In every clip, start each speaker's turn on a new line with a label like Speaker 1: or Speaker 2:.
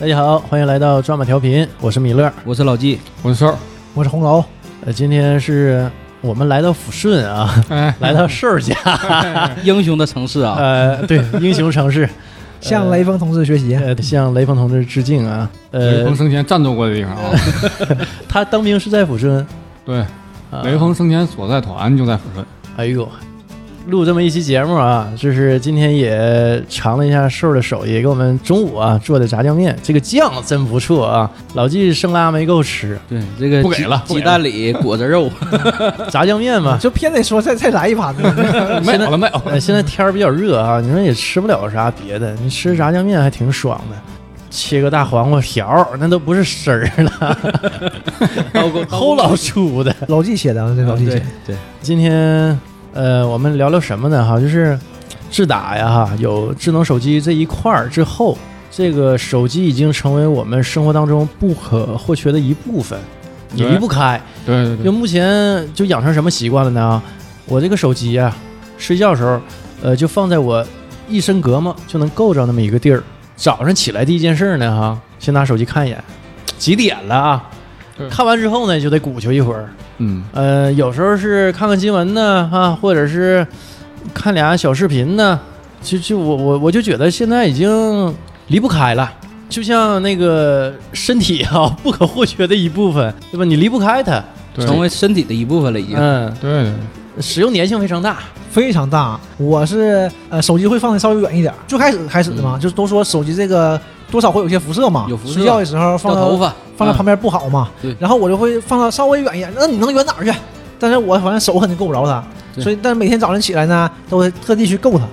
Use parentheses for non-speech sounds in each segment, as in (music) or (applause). Speaker 1: 大家好，欢迎来到抓马调频，我是米勒，
Speaker 2: 我是老纪，
Speaker 3: 我是
Speaker 4: 我是红楼，
Speaker 1: 呃，今天是我们来到抚顺啊，
Speaker 3: 哎，
Speaker 1: 来到兽儿家，
Speaker 2: 英雄的城市啊，
Speaker 1: 呃，对，英雄城市，
Speaker 4: 向雷锋同志学习。
Speaker 1: 呃，向雷锋同志致敬啊，
Speaker 3: 雷
Speaker 1: 呃
Speaker 3: 锋，生前战斗过的地方啊，
Speaker 1: 他当兵是在抚顺，
Speaker 3: 对，
Speaker 1: 啊
Speaker 3: 雷锋生前所在团就在抚顺，
Speaker 1: 哎呦，录这么一期节目啊，就是今天也尝了一下瘦儿的手艺，给我们中午啊做的炸酱面，这个酱真不错啊。老纪生拉没够吃，
Speaker 2: 对这个
Speaker 3: 不给
Speaker 2: 鸡
Speaker 3: 了不
Speaker 2: 鸡
Speaker 3: 给
Speaker 2: 蛋里裹着肉，
Speaker 1: 炸酱面嘛。
Speaker 4: 就偏得说再再来一
Speaker 2: (laughs)
Speaker 4: 盘子，
Speaker 3: 没有了没有了，
Speaker 1: 呃，现在天儿比较热啊，你说也吃不了啥别的，你吃炸酱面还挺爽的，切个大黄瓜条儿，那都不是丝儿了，
Speaker 2: (laughs)
Speaker 1: 齁老粗的。
Speaker 4: 老纪写的啊，这老纪写
Speaker 2: 对
Speaker 4: 的。
Speaker 2: 对，
Speaker 1: 今天呃，我们聊聊什么呢？哈，就是智打呀，哈，有智能手机这一块儿之后，这个手机已经成为我们生活当中不可或缺的一部分，也
Speaker 3: 对
Speaker 1: 离不开。
Speaker 3: 对对
Speaker 1: 就
Speaker 3: 对，
Speaker 1: 目前就养成什么习惯了呢？我这个手机啊，睡觉的时候，呃，就放在我一身隔膜就能够着那么一个地儿。早上起来第一件事呢，哈，先拿手机看一眼，几点了啊
Speaker 3: 对？
Speaker 1: 看完之后呢，就得鼓秋一会儿。
Speaker 3: 嗯，
Speaker 1: 呃，有时候是看看新闻呢，哈、或者是看俩小视频呢，就就我我我就觉得现在已经离不开了，就像那个身体啊不可或缺的一部分，对吧？你离不开它，
Speaker 3: 对
Speaker 2: 成
Speaker 3: 对
Speaker 2: 为身体的一部分了已经。
Speaker 1: 嗯，
Speaker 3: 对对，
Speaker 1: 使用粘性非常大，
Speaker 4: 非常大。我是呃，手机会放的稍微远一点儿。最开始开始的嘛，就是都说手机这个多少会有些辐射嘛，
Speaker 2: 嗯有辐射
Speaker 4: 睡觉的时候放
Speaker 2: 掉
Speaker 4: 到
Speaker 2: 头发，嗯
Speaker 4: 放到旁边不好嘛。
Speaker 2: 对
Speaker 4: 然后我就会放到稍微远一点，那你能远哪儿去？但是我反正手肯定够不着它，
Speaker 2: 对
Speaker 4: 所以但是每天早晨起来呢，都会特地去够它。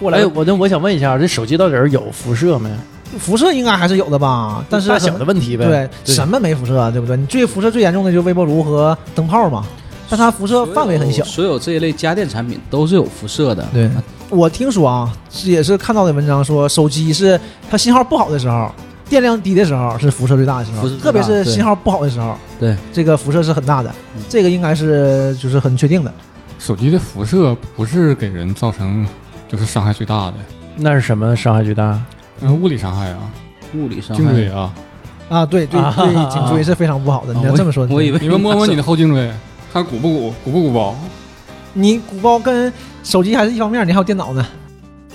Speaker 4: 过来
Speaker 1: 哎，我那我想问一下，这手机到底是有辐射没？
Speaker 4: 辐射应该还是有的吧，但是
Speaker 1: 大
Speaker 4: 可能
Speaker 1: 小的问题呗。
Speaker 4: 对，
Speaker 1: 对
Speaker 4: 什么没辐射啊？对不对？你最辐射最严重的就是微波炉和灯泡嘛，但它辐射
Speaker 2: 所有
Speaker 4: 范围很小。
Speaker 2: 所有这一类家电产品都是有辐射的。
Speaker 4: 对，我听说啊，是也是看到的文章说，手机是它信号不好的时候，电量低的时候是辐射最大的时候
Speaker 2: 辐射，最大
Speaker 4: 特别是
Speaker 2: 对
Speaker 4: 信号不好的时候，
Speaker 2: 对
Speaker 4: 这个辐射是很大的
Speaker 2: 嗯，
Speaker 4: 这个应该是就是很确定的。
Speaker 3: 手机的辐射不是给人造成就是伤害最大的，
Speaker 1: 那是什么伤害最大？
Speaker 3: 嗯，物理伤害啊，
Speaker 2: 物理哦伤
Speaker 3: 颈
Speaker 2: 害
Speaker 3: 椎。啊，
Speaker 4: 啊，对对
Speaker 1: 啊
Speaker 2: (laughs)
Speaker 4: 对，颈椎是非常不好的。
Speaker 2: 啊
Speaker 4: 你要
Speaker 2: 我
Speaker 4: 这么说，
Speaker 2: 我以为
Speaker 3: 你们摸摸你的后颈椎，看鼓不鼓，鼓不鼓包，
Speaker 4: 你鼓包跟手机还是一方面，你还有电脑呢。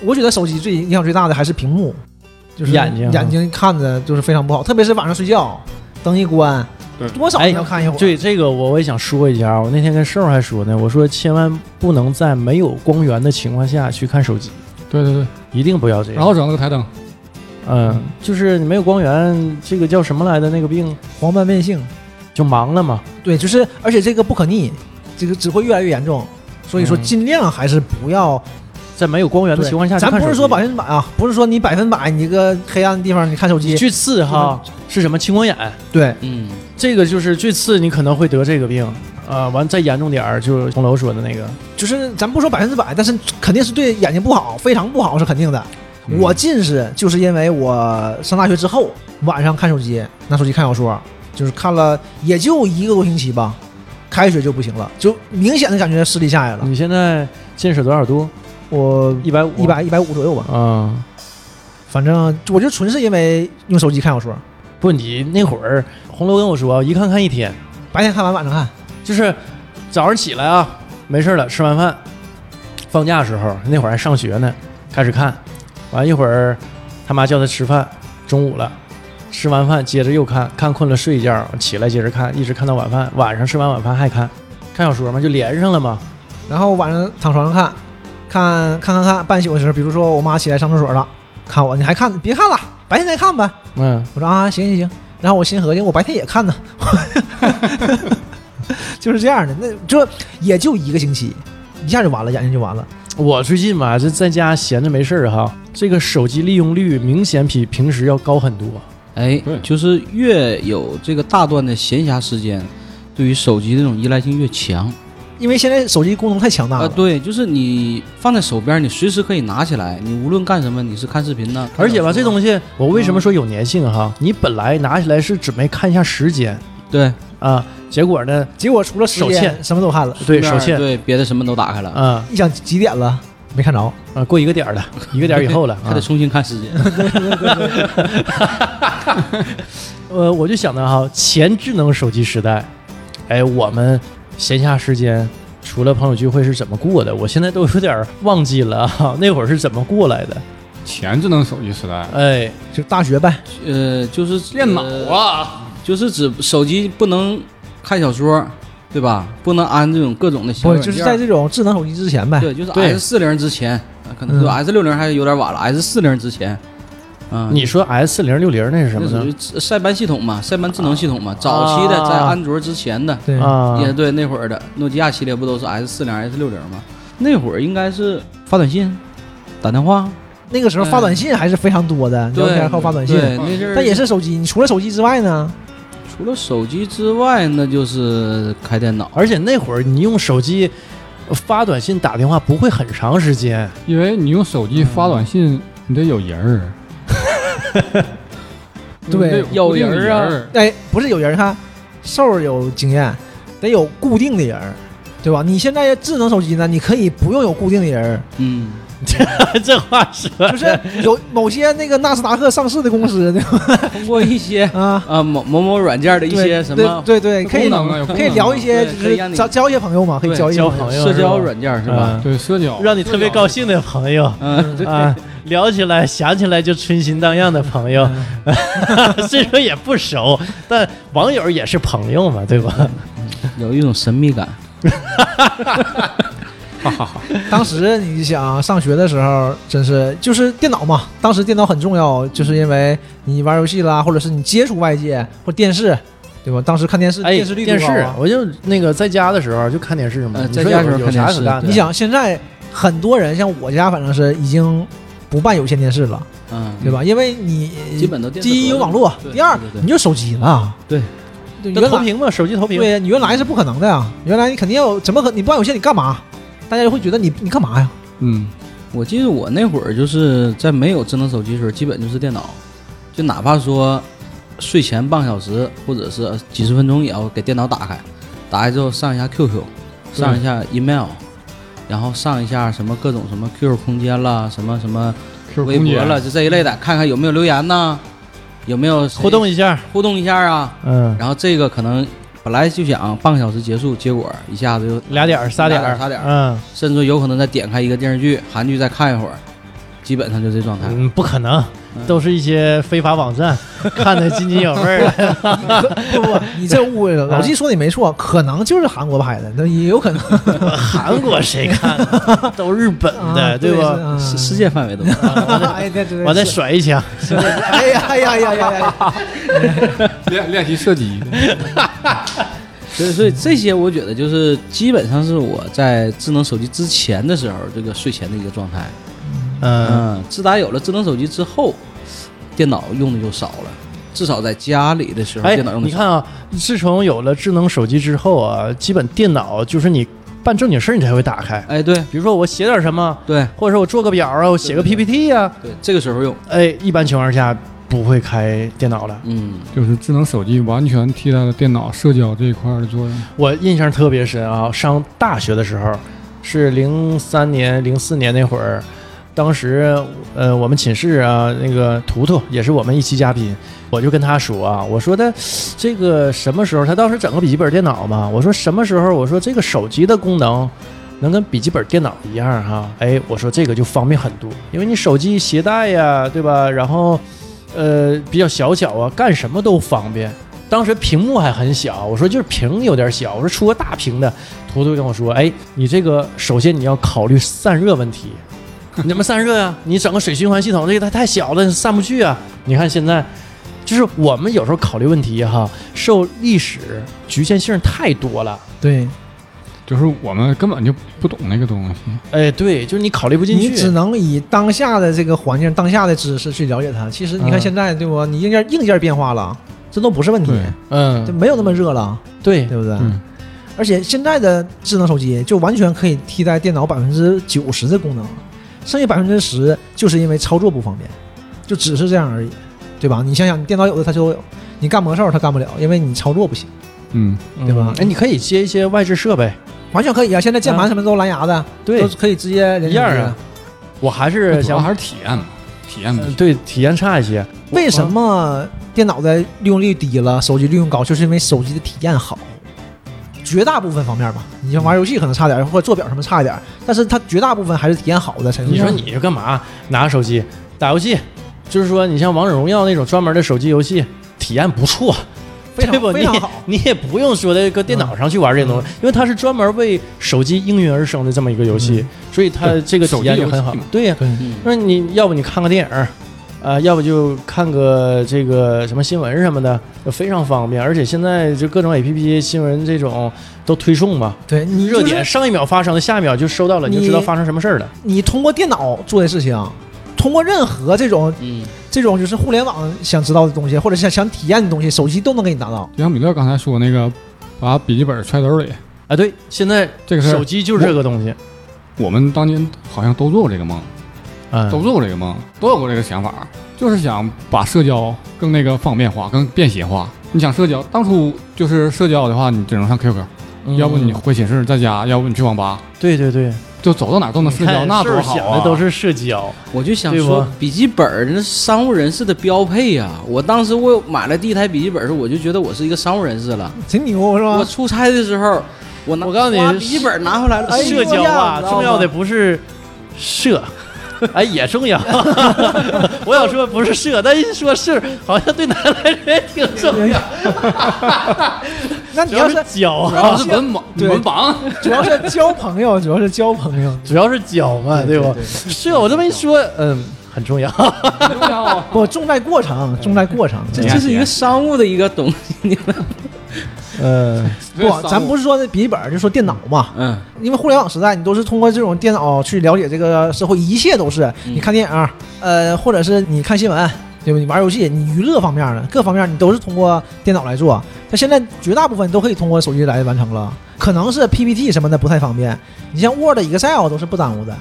Speaker 4: 我觉得手机最影响最大的还是屏幕，就是
Speaker 1: 眼睛啊
Speaker 4: 眼睛看着就是非常不好，特别是晚上睡觉，灯一关
Speaker 3: 对，
Speaker 4: 多少
Speaker 1: 哎
Speaker 4: 你要看一会儿。
Speaker 1: 对这个我我也想说一下啊，我那天跟瘦儿还说呢，我说千万不能在没有光源的情况下去看手机，
Speaker 3: 对对对，
Speaker 1: 一定不要这样。
Speaker 3: 然后整了个台灯，
Speaker 1: 嗯，就是你没有光源，这个叫什么来的那个病，
Speaker 4: 黄斑变性，
Speaker 1: 就盲了嘛。
Speaker 4: 对，就是而且这个不可逆，这个只会越来越严重。所以说，
Speaker 1: 嗯
Speaker 4: 尽量还是不要。
Speaker 1: 在没有光源的
Speaker 4: 对
Speaker 1: 情况下去
Speaker 4: 咱
Speaker 1: 看手机，
Speaker 4: 不是说百分之百啊，不是说你百分百，你这个黑暗的地方你看手机，
Speaker 1: 最次哈
Speaker 4: 嗯
Speaker 1: 是什么青光眼，
Speaker 4: 对，
Speaker 2: 嗯，
Speaker 1: 这个就是最次，你可能会得这个病啊。完再严重点儿，就是红楼说的那个，
Speaker 4: 就是咱不说百分之百，但是肯定是对眼睛不好，非常不好是肯定的。
Speaker 3: 嗯
Speaker 4: 我近视就是因为我上大学之后晚上看手机，拿手机看小说，就是看了也就一个多星期吧，开学就不行了，就明显的感觉视力下来了。
Speaker 1: 你现在近视多少度？
Speaker 4: 我
Speaker 1: 一百五，
Speaker 4: 一百一百五左右吧，
Speaker 1: 啊。
Speaker 4: 反正我就纯是因为用手机看小说，
Speaker 1: 不，你那会儿红楼跟我说，一看看一天，
Speaker 4: 白天看完晚上看，
Speaker 1: 就是早上起来啊，没事了，吃完饭，放假的时候那会儿还上学呢，开始看，完一会儿他妈叫他吃饭，中午了，吃完饭接着又看，看困了睡一觉，起来接着看，一直看到晚饭，晚上吃完晚饭还看，看小说嘛，就连上了嘛。
Speaker 4: 然后晚上躺床上看，看看看看半宿的时候，比如说我妈起来上厕所了，看我你还看别看了，白天再看呗。
Speaker 1: 嗯，
Speaker 4: 我说啊，行行行。 (laughs) 然后我心合计，我白天也看呢，就是这样的。那这也就一个星期，一下就完了，眼睛就完了。
Speaker 1: 我最近嘛，这在家闲着没事儿哈，这个手机利用率明显比平时要高很多。
Speaker 2: 哎
Speaker 3: 对，
Speaker 2: 就是越有这个大段的闲暇时间，对于手机这种依赖性越强。
Speaker 4: 因为现在手机功能太强大
Speaker 2: 啊、
Speaker 4: 了，
Speaker 2: 对，就是你放在手边，你随时可以拿起来，你无论干什么，你是看视频呢，看
Speaker 1: 而且吧，
Speaker 2: 小
Speaker 1: 这
Speaker 2: 说啊
Speaker 1: 东西我为什么说有粘性哈？你本来拿起来是准备看一下时间
Speaker 2: 对
Speaker 1: 啊，结果呢，
Speaker 4: 结果除了时
Speaker 1: 手
Speaker 4: 间
Speaker 1: 欠
Speaker 4: 什么都看了。
Speaker 1: 对
Speaker 2: 顺便
Speaker 1: 手欠
Speaker 2: 对别的什么都打开了。，
Speaker 1: 啊，
Speaker 4: 一想几点了，没看着，
Speaker 1: 啊，过一个点儿了，一个点儿以后了
Speaker 2: (laughs) 还得
Speaker 1: 啊
Speaker 2: 重新看时间。
Speaker 1: 呃，我就想到哈，前智能手机时代，哎，我们闲暇时间除了朋友聚会是怎么过的？我现在都有点儿忘记了哈， (laughs) 那会儿是怎么过来的？
Speaker 3: 前智能手机时代，
Speaker 1: 哎，
Speaker 4: 就大学呗，
Speaker 2: 呃，就是
Speaker 3: 电脑
Speaker 2: 呃
Speaker 3: 啊，
Speaker 2: 就是指手机不能看小说，对吧？不能安这种各种的小
Speaker 4: 不
Speaker 2: 软件
Speaker 4: 就是在这种智能手机之前呗，
Speaker 2: 对，就是
Speaker 1: 对
Speaker 2: S 四零之前，啊可能
Speaker 4: 嗯
Speaker 2: S 六零还有点晚了，S 四零之前，啊，
Speaker 1: 你说 S 四零六零那是什
Speaker 2: 那
Speaker 1: 么
Speaker 2: 属
Speaker 1: 呢？
Speaker 2: 于塞班系统嘛，塞班智能系统嘛，早期的在安卓之前的，
Speaker 4: 对，
Speaker 1: 啊，
Speaker 2: 也对那会儿的诺基亚系列不都是 S 四零、S 六零吗？那会儿应该是发短信、打电话，
Speaker 4: 那个时候发短信还是非常多的，聊
Speaker 2: 对
Speaker 4: 天，靠发短信，
Speaker 2: 对，那阵儿
Speaker 4: 但也是手机，你除了手机之外呢，
Speaker 2: 除了手机之外，那就是开电脑。
Speaker 1: 而且那会儿你用手机发短信、打电话不会很长时间，
Speaker 3: 因为你用手机发短信，你得有人儿。
Speaker 4: 对
Speaker 3: 你得有固定的
Speaker 2: 有人儿
Speaker 3: 人
Speaker 2: 啊
Speaker 3: 儿，
Speaker 4: 哎，不是有人看，瘦儿有经验，得有固定的人儿，对吧？你现在智能手机呢，你可以不用有固定的人儿，
Speaker 2: 嗯，
Speaker 1: (laughs) 这话说 (laughs)
Speaker 4: 就是有某些那个纳斯达克上市的公司，对吧？
Speaker 2: 通过一 (laughs) 些
Speaker 4: 啊，
Speaker 2: 啊某某某软件的一些
Speaker 4: 对
Speaker 2: 什么
Speaker 4: 对对对，可
Speaker 3: 有
Speaker 4: 以
Speaker 3: 功能啊有功能啊
Speaker 4: 可以聊一些，
Speaker 2: 对
Speaker 4: 就
Speaker 2: 可以
Speaker 4: 是
Speaker 2: 让你
Speaker 4: 交交一些朋友嘛，可以
Speaker 2: 对
Speaker 4: 交一些
Speaker 1: 交
Speaker 4: 朋友
Speaker 1: 朋友
Speaker 2: 社交软件是吧？
Speaker 1: 嗯
Speaker 3: 对社交，
Speaker 1: 让你特别高
Speaker 3: 兴。
Speaker 1: 兴的朋友。
Speaker 2: 嗯，对
Speaker 1: 啊，聊起来想起来就春心荡漾的朋友， (laughs) 虽说也不熟，但网友也是朋友嘛，对
Speaker 2: 嗯
Speaker 1: 吧？
Speaker 2: (laughs) 有一种神秘感。
Speaker 3: 哈哈哈，
Speaker 4: 当时你想上学的时候，真是就是电脑嘛，当时电脑很重要，就是因为你玩游戏啦，或者是你接触外界或电视，对吧？当时看电视
Speaker 1: 哎，
Speaker 4: 电视率
Speaker 1: 电
Speaker 4: 多高
Speaker 1: 视
Speaker 4: 啊，
Speaker 1: 我就那个在家的时候就看电视嘛，
Speaker 2: 呃
Speaker 1: 你
Speaker 2: 在
Speaker 1: 说
Speaker 2: 家
Speaker 1: 有
Speaker 2: 时候
Speaker 1: 有
Speaker 2: 看
Speaker 1: 啥
Speaker 2: 电视
Speaker 1: 可干的？
Speaker 4: 你想现在很多人像我家，反正是已经不办有线电视了，
Speaker 2: 嗯，
Speaker 4: 对吧？因为你
Speaker 2: 基本都电子
Speaker 4: 第一有网络
Speaker 2: 对，
Speaker 4: 第二
Speaker 2: 对对对
Speaker 4: 你就手机了，
Speaker 2: 对
Speaker 4: 对，
Speaker 1: 那
Speaker 4: 原
Speaker 1: 投
Speaker 4: 来
Speaker 1: 屏嘛，手机投屏，
Speaker 4: 对呀，你原来是不可能的呀，原来你肯定要怎么可你不办有线你干嘛？大家就会觉得你你干嘛呀？
Speaker 3: 嗯，
Speaker 2: 我记得我那会儿就是在没有智能手机的时候，基本就是电脑，就哪怕说睡前半个小时或者是几十分钟也要给电脑打开，打开之后上一下 QQ，上一下 email，然后上一下什么各种什么 QQ 空间啦，什么什么
Speaker 3: q
Speaker 2: 微
Speaker 3: 空
Speaker 2: 博
Speaker 3: 间
Speaker 2: 了，，就这一类的，看看有没有留言呐，有没有谁
Speaker 1: 互动一下，
Speaker 2: 互动一下啊。
Speaker 1: 嗯，
Speaker 2: 然后这个可能本来就想半个小时结束，结果一下子就
Speaker 1: 俩点儿、仨点儿、
Speaker 2: 俩点儿仨点
Speaker 1: 嗯
Speaker 2: 甚至有可能再点开一个电视剧，韩剧再看一会儿，基本上就这状态。
Speaker 1: 嗯，不可能，
Speaker 2: 嗯
Speaker 1: 都是一些非法网 (laughs) 站，看的津津有味儿。
Speaker 4: 不不，你这误会了。老季说的也没错，可能就是韩国拍的，那也有可能
Speaker 1: 韩国谁看 (laughs) 啊？都日本的，
Speaker 4: 啊对
Speaker 1: 吧？？
Speaker 2: 世
Speaker 4: 是
Speaker 2: 世，界范围
Speaker 1: (laughs)
Speaker 2: 都有。
Speaker 4: 啊 (laughs) 哎，对对对，
Speaker 1: 啊我再
Speaker 4: 是
Speaker 1: 甩一枪，
Speaker 4: 哎呀哎呀哎呀哎呀哎呀！
Speaker 3: 练练习射击，
Speaker 2: 所以，所以这些我觉得就是基本上是我在智能手机之前的时候，这个睡前的一个状态。
Speaker 1: 嗯，
Speaker 2: 嗯，自打有了智能手机之后，电脑用的就少了，至少在家里的时候，
Speaker 1: 哎
Speaker 2: 电脑，用的
Speaker 1: 你
Speaker 2: 少。
Speaker 1: 看啊，自从有了智能手机之后啊，基本电脑就是你办正经事儿你才会打开。
Speaker 2: 哎，对
Speaker 1: 比如说我写点什么，
Speaker 2: 对
Speaker 1: 或者说我做个表啊，我写个
Speaker 2: 对对
Speaker 1: PPT 呀、啊，
Speaker 2: 对，这个时候用，
Speaker 1: 哎，一般情况下不会开电脑了。
Speaker 2: 嗯，
Speaker 3: (laughs) 就是智能手机完全替代了电脑社交这一块儿的作用。
Speaker 1: 我印象特别深啊，上大学的时候是零三年、零四年那会儿，当时呃我们寝室啊那个图图也是我们一期嘉宾，我就跟他说啊，我说的这个什么时候他当时整个笔记本电脑嘛，我说什么时候我说这个手机的功能。能跟笔记本电脑一样哈，哎，我说这个就方便很多，因为你手机携带呀，对吧？然后，呃，比较小巧啊，干什么都方便。当时屏幕还很小，我说就是屏有点小，我说出个大屏的。图图跟我说，哎，你这个首先你要考虑散热问题， (laughs) 你怎么散热呀、你整个水循环系统这个它太小了，散不去啊。你看现在，就是我们有时候考虑问题哈，受历史局限性太多了。
Speaker 4: 对
Speaker 3: 就是我们根本就不懂那个东西，
Speaker 1: 哎，对，就是你考虑不进
Speaker 4: 你只
Speaker 1: 去。
Speaker 4: 能以当下的这个环境、当下的知识去了解它。其实你看
Speaker 1: 嗯
Speaker 4: 现在，对不？你硬件硬件变化了，这都不是问题，
Speaker 3: 对
Speaker 4: 就
Speaker 1: 嗯，
Speaker 4: 没有那么热了，
Speaker 1: 对，
Speaker 4: 对不对？
Speaker 3: 嗯，
Speaker 4: 而且现在的智能手机就完全可以替代电脑百分之九十的功能，剩下百分之十就是因为操作不方便，就只是这样而已，对吧？你想想，你电脑有的它就有，你干魔兽它干不了，因为你操作不行，
Speaker 3: 嗯，
Speaker 4: 对吧
Speaker 1: 嗯哎，你可以接一些外置设备，
Speaker 4: 完全可以啊！现在键盘什么都蓝牙的，
Speaker 1: 对
Speaker 4: 都，可以直接连
Speaker 1: 一
Speaker 4: 接
Speaker 1: 样
Speaker 4: 上去
Speaker 1: 啊
Speaker 4: 的。。
Speaker 1: 我还
Speaker 3: 主
Speaker 1: 是
Speaker 3: 要
Speaker 1: 想
Speaker 3: 还是体验嘛，体验问
Speaker 1: 嗯
Speaker 3: 题。
Speaker 1: 对体验差一些，
Speaker 4: 为什么电脑的利用率低了，手机利用高？就是因为手机的体验好，绝大部分方面吧。你像玩游戏可能差
Speaker 1: 嗯
Speaker 4: 点，或者做表什么差一点，但是它绝大部分还是体验好的才是。
Speaker 1: 你说你是干嘛？拿个手机打游戏，就是说你像王者荣耀那种专门的手机游戏，体验不错，
Speaker 4: 非
Speaker 1: 对不？
Speaker 4: 常
Speaker 1: 你
Speaker 4: 非常好，嗯
Speaker 1: 你也不用说的搁电脑上去玩这些东西，因为它是专门为手机应运而生的这么一个游
Speaker 4: 嗯
Speaker 1: 戏，所以它
Speaker 3: 对
Speaker 1: 这个体验就很
Speaker 3: 手机游
Speaker 1: 好
Speaker 3: 戏嘛。
Speaker 1: (laughs) 对呀，
Speaker 4: 对
Speaker 2: 嗯，
Speaker 1: 那你要不你看个电影儿，呃，要不就看个这个什么新闻什么的，非常方便。而且现在就各种 A P P 新闻这种都推送嘛，
Speaker 4: 对你
Speaker 1: 热
Speaker 4: 就是
Speaker 1: 点上一秒发生的，下一秒就收到了，你就
Speaker 4: 你
Speaker 1: 知道发生什么事儿了。
Speaker 4: 你通过电脑做的事情，通过任何这种
Speaker 2: 嗯，
Speaker 4: 这种就是互联网想知道的东西，或者想想体验的东西，手机都能给你达到。
Speaker 3: 就像米勒刚才说那个，把笔记本揣兜里
Speaker 1: 啊，对，现在
Speaker 3: 这个事
Speaker 1: 手
Speaker 3: 儿，
Speaker 1: 机就是这个东西，
Speaker 3: 我们当年好像都做过这个梦，
Speaker 1: 啊，
Speaker 3: 都做过这个梦，都有过这个想法，就是想把社交更那个方便化、更便携化。你想社交，当初就是社交的话，你只能上 QQ，
Speaker 1: 嗯
Speaker 3: 要不你回寝室在家，要不你去网吧，
Speaker 1: 对对对，
Speaker 3: 就走到哪儿都能社交，
Speaker 1: 你看
Speaker 3: 那多
Speaker 1: 事儿
Speaker 3: 好
Speaker 1: 想
Speaker 3: 啊！
Speaker 1: 的都是社交，
Speaker 2: 我就想
Speaker 1: 对不
Speaker 2: 说，笔记本儿那是商务人士的标配呀、我当时我买了第一台笔记本儿的时候，我就觉得我是一个商务人士了。
Speaker 4: 挺牛是
Speaker 2: 我
Speaker 4: 吧？
Speaker 2: 出差的时候，我拿
Speaker 1: 我告诉你
Speaker 2: 把笔记本拿回来了，
Speaker 4: 哎呦
Speaker 1: 社交啊，
Speaker 4: 你知道吗
Speaker 1: 重要的不是社。 (laughs) 哎，也重 (laughs) 要。我想说不是社，但一说社，好像对男人也挺重 (laughs) 要。
Speaker 4: 那你
Speaker 1: 主要
Speaker 4: 要
Speaker 1: 是
Speaker 4: 是
Speaker 1: 交
Speaker 3: 主
Speaker 1: 啊，
Speaker 3: 要
Speaker 4: (laughs)
Speaker 3: 是文盲，
Speaker 4: 对
Speaker 3: 文盲， (laughs)
Speaker 4: 主要是交朋友，主要是交朋友。
Speaker 1: 主要是交嘛，对不？社，我这么一说，嗯，很重
Speaker 3: (laughs)
Speaker 1: 要。
Speaker 3: 很重要啊！
Speaker 4: 不，重在过程，重在过程。
Speaker 2: 这
Speaker 3: 你
Speaker 2: 这
Speaker 3: 看
Speaker 2: 是一个商务的一个东西，你们
Speaker 1: 嗯，
Speaker 4: 呃不，咱不是说那笔记本，就说电脑嘛。
Speaker 2: 嗯，
Speaker 4: 因为互联网时代，你都是通过这种电脑去了解这个社会，一切都是
Speaker 2: 嗯
Speaker 4: 你看电影，呃，或者是你看新闻，对吧？你玩游戏，你娱乐方面的各方面，你都是通过电脑来做。但现在绝大部分都可以通过手机来完成了，可能是 PPT 什么的不太方便。你像 Word、Excel 都是不耽误的。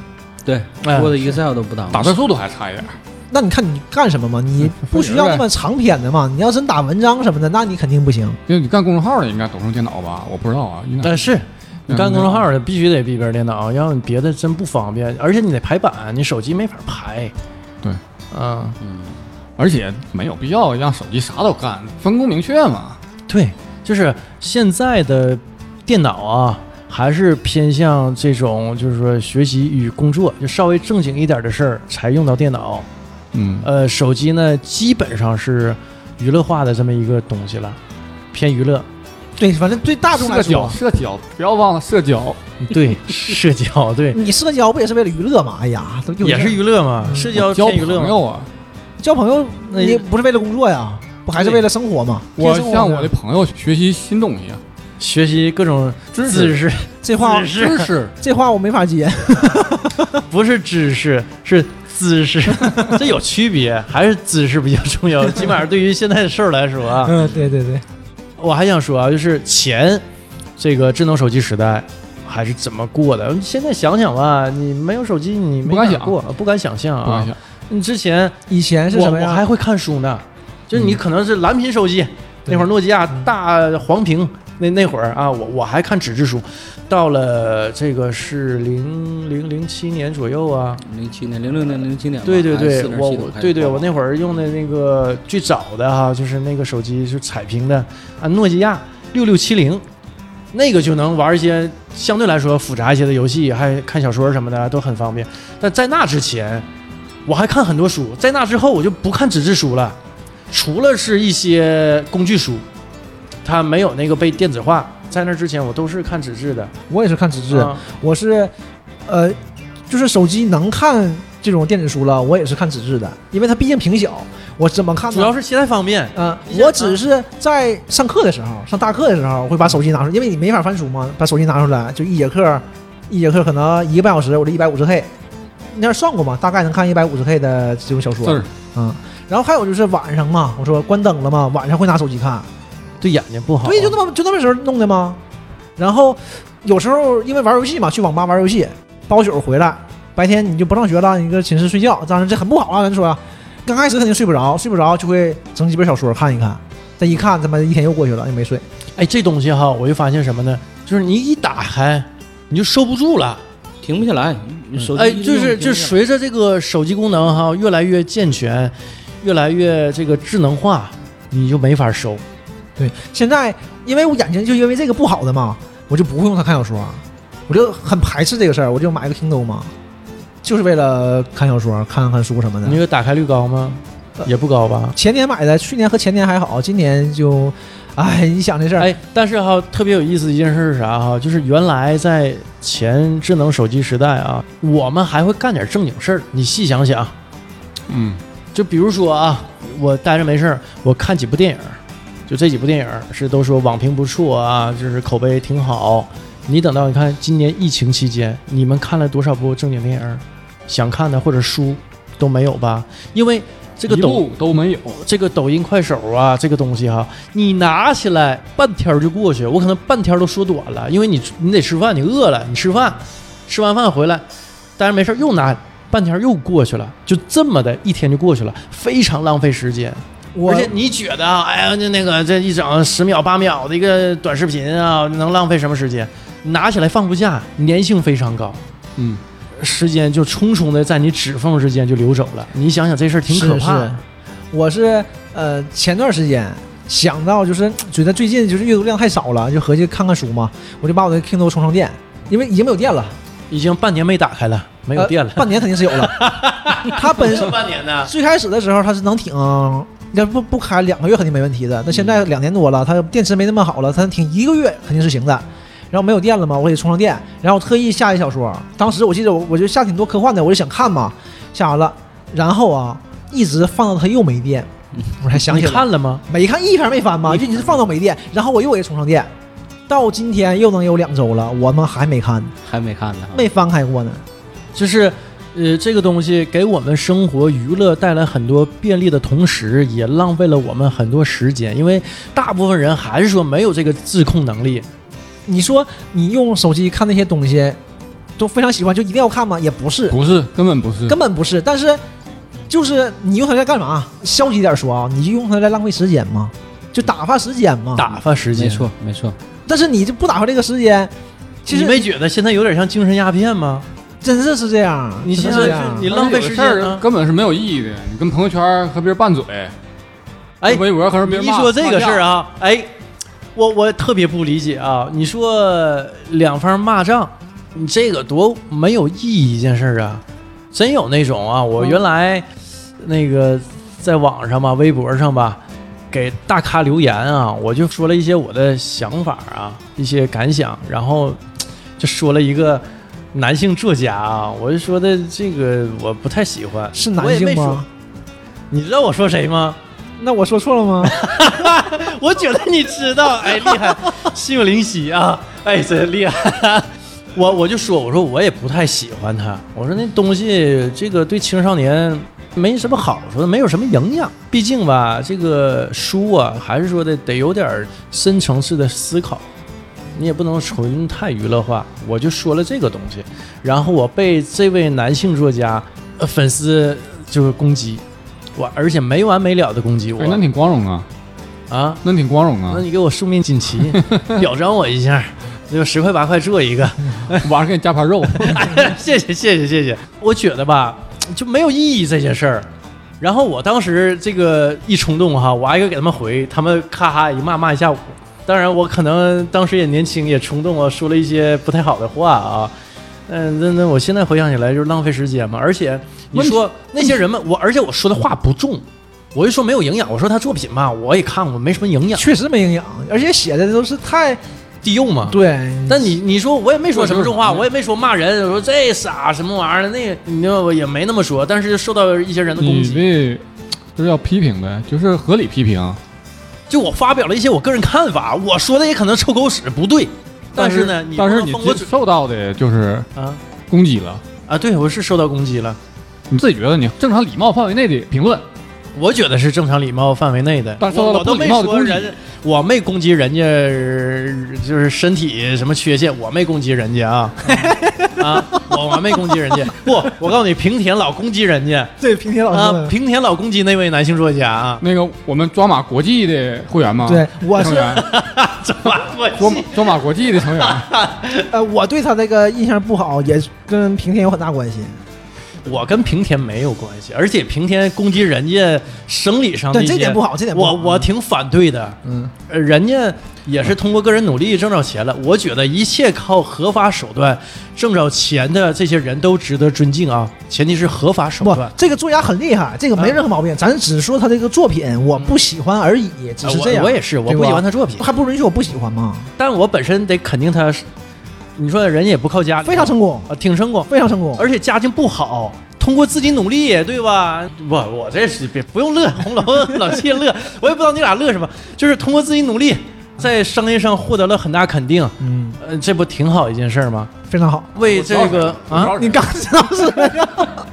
Speaker 2: 对，
Speaker 1: 哎
Speaker 2: 我的一个 Excel 都不当。
Speaker 3: 打字速度还差一点儿，
Speaker 4: 那你看你干什么嘛？
Speaker 1: 嗯
Speaker 4: 你不需要那么长篇的
Speaker 1: (laughs)
Speaker 4: 嘛？你要真打文章什么的，那你肯定不行。
Speaker 3: 就你干公众号的应该都是用电脑吧？我不知道啊，应该
Speaker 1: 但是你干公众号的必须得笔记本电脑，要不你别的真不方便，而且你得排版，你手机没法排。
Speaker 3: 对，
Speaker 1: 嗯，
Speaker 3: 而且没有必要让手机啥都干，分工明确嘛。
Speaker 1: 对，就是现在的电脑啊，还是偏向这种，就是说学习与工作，就稍微正经一点的事儿才用到电脑。
Speaker 3: 嗯，
Speaker 1: 呃，手机呢，基本上是娱乐化的这么一个东西了，偏娱乐。
Speaker 4: 对，反正对大众来
Speaker 3: 社交，
Speaker 4: 说，
Speaker 3: 社交，不要忘了社交。 (laughs)
Speaker 1: 对，社交，对，
Speaker 4: 你社交不也是为了娱乐吗？哎呀，都有
Speaker 1: 也是娱乐嘛，
Speaker 4: 嗯
Speaker 1: 社交
Speaker 3: 交
Speaker 1: 偏娱乐
Speaker 3: 朋
Speaker 1: 嘛。
Speaker 3: 友啊，
Speaker 4: 交朋友，
Speaker 1: 那
Speaker 4: 你不是为了工作呀？不还是为了生活吗？
Speaker 3: 我
Speaker 4: 偏生活
Speaker 3: 向
Speaker 4: 呢
Speaker 3: 我的朋友学习新东西啊，
Speaker 1: 学习各种
Speaker 3: 知
Speaker 1: 姿
Speaker 3: 识，
Speaker 1: 势， (laughs)
Speaker 4: 这话
Speaker 1: 姿势
Speaker 3: 知识，
Speaker 4: 这话我没法接。
Speaker 1: 啊不是知识，是姿
Speaker 3: (laughs)
Speaker 1: 势，这有区别，还是姿势比较重要。起码对于现在的事儿来说啊，
Speaker 4: 嗯，对对对，
Speaker 1: 我还想说啊，就是前这个智能手机时代还是怎么过的？现在想想吧，你没有手机，你没
Speaker 3: 不敢
Speaker 1: 法
Speaker 3: 想
Speaker 1: 过，不敢想象
Speaker 3: 不敢
Speaker 1: 啊。
Speaker 3: 想，
Speaker 1: 你之前
Speaker 4: 以前是
Speaker 1: 我
Speaker 4: 什么
Speaker 1: 我
Speaker 4: 呀？
Speaker 1: 还会看书呢，就是你可能是蓝屏手机，
Speaker 4: 对
Speaker 1: 那会儿诺基亚
Speaker 4: 嗯
Speaker 1: 大黄屏那那会儿啊，我我还看纸质书，到了这个是零零零七年左右啊。
Speaker 2: 零七年、零六年、零七年吧，
Speaker 1: 对对对，
Speaker 2: 4.4
Speaker 1: 我
Speaker 2: 系统
Speaker 1: 我
Speaker 2: 开始
Speaker 1: 对对
Speaker 2: 报
Speaker 1: 我那会儿用的那个最早的哈、就是那个手机是彩屏的啊，诺基亚六六七零，那个就能玩一些相对来说复杂一些的游戏，还看小说什么的都很方便。但在那之前，我还看很多书，在那之后我就不看纸质书了，除了是一些工具书，它没有那个被电子化。在那之前，我都是看纸质的，
Speaker 4: 我也是看纸质，
Speaker 1: 啊
Speaker 4: 我是，呃，就是手机能看这种电子书了，我也是看纸质的，因为它毕竟屏小，我怎么看
Speaker 1: 主
Speaker 4: 呢
Speaker 1: 要？是携带方便。
Speaker 4: 嗯，
Speaker 1: 你想
Speaker 4: 我只是在上课的时候，上大课的时候，我会把手机拿出来，因为你没法翻书嘛，把手机拿出来，就一节课，一节课可能一个半小时，我这一百五十 K，那算过嘛，大概能看一百五十 K 的这种小
Speaker 3: 字
Speaker 4: 说
Speaker 3: 儿，，
Speaker 4: 嗯。然后还有就是晚上嘛，我说关灯了嘛，晚上会拿手机看，
Speaker 1: 对眼睛不好啊。
Speaker 4: 对，就那么就那么时候弄的吗？然后有时候因为玩游戏嘛，去网吧玩游戏，包宿回来，白天你就不上学了，你搁寝室睡觉，当然这很不好啊，咱说啊，刚开始肯定睡不着，睡不着就会整几本小说看一看，这一看他妈一天又过去了，也没睡。
Speaker 1: 哎，这东西哈，我就发现什么呢？就是你一打开，你就收不住了。
Speaker 2: 停不下来，你手机
Speaker 1: 哎，
Speaker 2: 一直
Speaker 1: 就
Speaker 2: 用
Speaker 1: 是
Speaker 2: 停
Speaker 1: 就
Speaker 2: 不下来
Speaker 1: 随着这个手机功能哈越来越健全，越来越这个智能化，你就没法收。
Speaker 4: 对，现在因为我眼睛就因为这个不好的嘛，我就不会用它看小说，我就很排斥这个事儿，我就买个 Kindle 嘛，就是为了看小说、看看书什么
Speaker 1: 你
Speaker 4: 的。
Speaker 1: 有打开率高吗？
Speaker 2: 呃
Speaker 1: 也不高吧。
Speaker 4: 前年买的，去年和前年还好，今年就，哎，你想这事儿，
Speaker 1: 哎，但是哈，特别有意思的一件事是啥哈？就是原来在前智能手机时代啊，我们还会干点正经事儿。你细想想，
Speaker 3: 嗯，
Speaker 1: 就比如说啊，我待着没事儿，我看几部电影儿，就这几部电影儿是都说网评不错啊，就是口碑挺好。你等到你看今年疫情期间，你们看了多少部正经电影儿？想看的或者书都没有吧？因为这个
Speaker 3: 一
Speaker 1: 抖
Speaker 3: 部都没有，
Speaker 1: 这个抖音、快手啊，这个东西哈、你拿起来半天儿就过去，我可能半天儿都缩短了，因为你你得吃饭，你饿了，你吃饭，吃完饭回来，但是没事儿又拿半天儿又过去了，就这么的一天就过去了，非常浪费时间。
Speaker 4: 我
Speaker 1: 而且你觉得啊，哎呀，那那个这一整十秒八秒的一个短视频啊，能浪费什么时间？拿起来放不下，粘性非常高，
Speaker 3: 嗯，
Speaker 1: 时间就匆匆的在你指缝之间就流走了。你想想这事儿挺可怕
Speaker 4: 是是我是呃前段时间想到，就是哎觉得最近就是阅读量太少了，就合计看看书嘛，我就把我的 Kindle 充上电，因为已经没有电了，
Speaker 1: 已经半年没打开了，没有
Speaker 4: 呃
Speaker 1: 电了。
Speaker 4: 半年肯定是有
Speaker 1: (laughs)
Speaker 4: 了。它本身
Speaker 1: 半年呢？
Speaker 4: 最开始的时候它是能挺，要不不开两个月肯定没问题的。那现
Speaker 1: 嗯
Speaker 4: 在两年多了，它电池没那么好了，它挺一个月肯定是行的。然后没有电了嘛，我给充上电，然后我特意下一小说。当时我记得我我就下挺多科幻的，我就想看嘛，下完了，然后啊一直放到它又没电，我才想
Speaker 1: 你
Speaker 4: 起来。
Speaker 1: 看了吗？
Speaker 4: 没看一篇没翻吗？
Speaker 1: 你
Speaker 4: 就你是放到没电，然后我又给充上电，到今天又能有两周了，我们还没看，
Speaker 2: 还没看呢，
Speaker 4: 没翻开过呢。
Speaker 1: 就是，呃，这个东西给我们生活娱乐带来很多便利的同时，也浪费了我们很多时间，因为大部分人还是说没有这个自控能力。
Speaker 4: 你说你用手机看那些东西，都非常喜欢，就一定要看吗？也不是，
Speaker 3: 不是，根本不是，
Speaker 4: 根本不是。但是就是你用它在干嘛？消极点说啊，你就用它在浪费时间吗？就打发时间嘛。
Speaker 1: 打发时间。
Speaker 2: 没，错没错，
Speaker 4: 但是你就不打发这个时间，其
Speaker 1: 你
Speaker 4: 实
Speaker 1: 没觉得现在有点像精神鸦片吗？
Speaker 4: 真是是这样。
Speaker 1: 你现
Speaker 4: 真是
Speaker 1: 在
Speaker 4: 这
Speaker 1: 是
Speaker 4: 样
Speaker 1: 你浪费时间嗯
Speaker 3: 而且有的事
Speaker 1: 呢
Speaker 3: 儿根本是没有意义的。你跟朋友圈和别人拌嘴，
Speaker 1: 哎，
Speaker 3: 微博和别人
Speaker 1: 你一
Speaker 3: 骂
Speaker 1: 说这个事儿，啊，哎，我我特别不理解啊！你说两方骂仗，你这个多没有意义一件事儿啊！真有那种啊，我原来那个在网上吧，微博上吧，给大咖留言啊，我就说了一些我的想法啊，一些感想，然后就说了一个。男性作家啊，我就说的这个我不太喜欢，
Speaker 4: 是
Speaker 1: 我
Speaker 4: 男
Speaker 1: 也没
Speaker 4: 性
Speaker 1: 说
Speaker 4: 吗？？
Speaker 1: 你知道我说谁吗？
Speaker 4: 那我说错了
Speaker 1: (laughs)
Speaker 4: 吗？
Speaker 1: 我觉得你知
Speaker 3: (laughs)
Speaker 1: 道，哎，厉害，心有灵犀啊，哎，真厉害。 (laughs) 我我就说，我说我也不太喜欢他，我说那东西这个对青少年没什么好处的，没有什么营养。毕竟吧，这个书啊，还是说的得有点儿深层次的思考，你也不能纯太娱乐化。我就说了这个东西，然后我被这位男性作家、呃、粉丝就是攻击，我而且没完没了的攻击我、
Speaker 3: 哎，那挺光荣啊，
Speaker 1: 啊。
Speaker 3: 那挺光荣啊
Speaker 1: 那。你给我书面锦旗，表彰我一下，就十块八块做一个。 (laughs)
Speaker 3: 晚上给你加盘肉，
Speaker 1: 谢谢谢谢谢谢。我觉得吧，就没有意义这件事儿。然后我当时这个一冲动哈，我挨个给他们回，他们咔哈一骂骂一下午。当然，我可能当时也年轻，也冲动啊，说了一些不太好的话啊。嗯，那那我现在回想起来就是浪费时间嘛。而且你说那些人们，我而且我说的话不重，我就说没有营养。我说他作品吧，我也看过，没什么营养，
Speaker 4: 确实没营养，而且写的都是太
Speaker 1: 低幼嘛。
Speaker 4: 对。
Speaker 1: 啊但你你说我也没说什么重话，
Speaker 3: 嗯
Speaker 1: 我也没说骂人，我说这傻什么玩意儿的，那你知道我也没那么说，但是受到一些人的攻
Speaker 3: 你
Speaker 1: 击，
Speaker 3: 这就是要批评呗，就是合理批评。
Speaker 1: 就我发表了一些我个人看法，我说的也可能臭狗屎不对，但
Speaker 3: 是
Speaker 1: 呢，你不
Speaker 3: 但是
Speaker 1: 能
Speaker 3: 你
Speaker 1: 封我
Speaker 3: 接
Speaker 1: 嘴
Speaker 3: 受到的就是
Speaker 1: 啊
Speaker 3: 攻击了，
Speaker 1: 啊！对，我是受到攻击了，
Speaker 3: 你自己觉得你正常礼貌范围内的评论，
Speaker 1: 我觉得是正常礼貌范围内的，
Speaker 3: 但
Speaker 1: 我
Speaker 3: 受到了
Speaker 1: 我都
Speaker 3: 不
Speaker 1: 没
Speaker 3: 礼貌的
Speaker 1: 说
Speaker 3: 攻击
Speaker 1: 人，我没攻击人家
Speaker 3: (laughs)
Speaker 1: 呃就是身体什么缺陷，我没攻击人家啊啊，我我没攻击人家，不，我告诉你，平田老攻击人家
Speaker 4: 对，平田老师
Speaker 1: 啊，
Speaker 4: 们，
Speaker 1: 平田老攻击那位男性作家
Speaker 4: (laughs)
Speaker 1: 啊，
Speaker 3: 那个我们抓马国际的会员嘛，
Speaker 4: 对，我
Speaker 3: 成
Speaker 4: 是
Speaker 3: 员，
Speaker 1: 怎么我
Speaker 3: 抓
Speaker 1: (laughs)
Speaker 3: 马抓马国际的成员，
Speaker 4: 呃，我对他这个印象不好，也跟平田有很大关系。
Speaker 1: 我跟平田没有关系，而且平田攻击人家生理上的
Speaker 4: 对，
Speaker 1: 一些，
Speaker 4: 这点不好，这点不
Speaker 1: 我
Speaker 4: 好。
Speaker 1: 我挺反对的。
Speaker 4: 嗯，
Speaker 1: 呃人家也是通过个人努力挣着钱了，我觉得一切靠合法手段挣着钱的这些人都值得尊敬啊，前提是合法手
Speaker 4: 不
Speaker 1: 段，。嗯
Speaker 4: 这个作家很厉害，这个没任何毛病，咱只说他这个作品我不喜欢而已，只
Speaker 1: 呃
Speaker 4: 是这样。
Speaker 1: 我我也是，我
Speaker 4: 对
Speaker 1: 不
Speaker 4: 吧
Speaker 1: 喜欢他作品，
Speaker 4: 还不允许我不喜欢吗？
Speaker 1: 但我本身得肯定他是，你说人也不靠家里，
Speaker 4: 非常成功，
Speaker 1: 啊，挺成功，
Speaker 4: 非常成
Speaker 3: 哦
Speaker 4: 功。
Speaker 1: 而且家境不好，通过自己努力，对吧？我我这是别不用乐，红楼老谢
Speaker 3: (laughs)
Speaker 1: 乐，我也不知道你俩乐什么，就是通过自己努力，在商业上获得了很大肯定，
Speaker 4: 嗯，
Speaker 1: 呃，这不挺好一件事儿吗？
Speaker 4: 非常好。
Speaker 1: 为这个
Speaker 3: 我知
Speaker 1: 啊
Speaker 3: 道，
Speaker 4: 你刚知道是什么呀？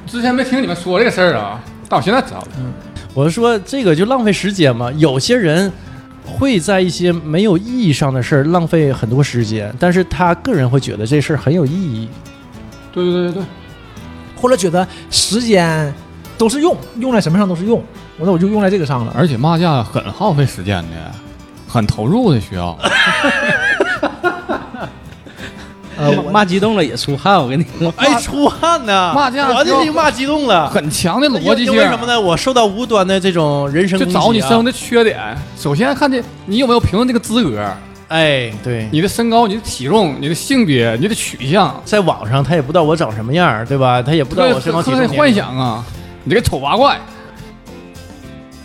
Speaker 3: 之前没听你们说这个事儿啊，但我现在知道了。
Speaker 1: 我说这个就浪费时间嘛，有些人。会在一些没有意义上的事儿浪费很多时间，但是他个人会觉得这事儿很有意义。
Speaker 3: 对对对对对，
Speaker 4: 或者觉得时间都是用，用在什么上都是用，我那我就用在这个上了。
Speaker 3: 而且骂架很耗费时间的，很投入的
Speaker 1: (laughs)
Speaker 3: 需要。
Speaker 4: 呃，我
Speaker 2: 骂激动了也出汗，我跟你说，
Speaker 1: 哎，出汗呐！
Speaker 3: 骂架
Speaker 1: 我这
Speaker 3: 就
Speaker 1: 就骂激动了。
Speaker 3: 很强的
Speaker 1: 因
Speaker 3: 逻辑
Speaker 1: 因
Speaker 3: 性，
Speaker 1: 为什么呢？我受到无端的这种人身
Speaker 3: 就
Speaker 1: 攻击、啊，
Speaker 3: 找你身上的缺点。首先看这你有没有评论这个资格，
Speaker 1: 哎，对，
Speaker 3: 你的身高、你的体重、你的性别、你的取向，
Speaker 1: 在网上他也不知道我长什么样儿，对吧？他也不知道
Speaker 3: 对，
Speaker 1: 我身高体
Speaker 3: 很
Speaker 1: 重。
Speaker 3: 幻，想啊！你这个丑八怪，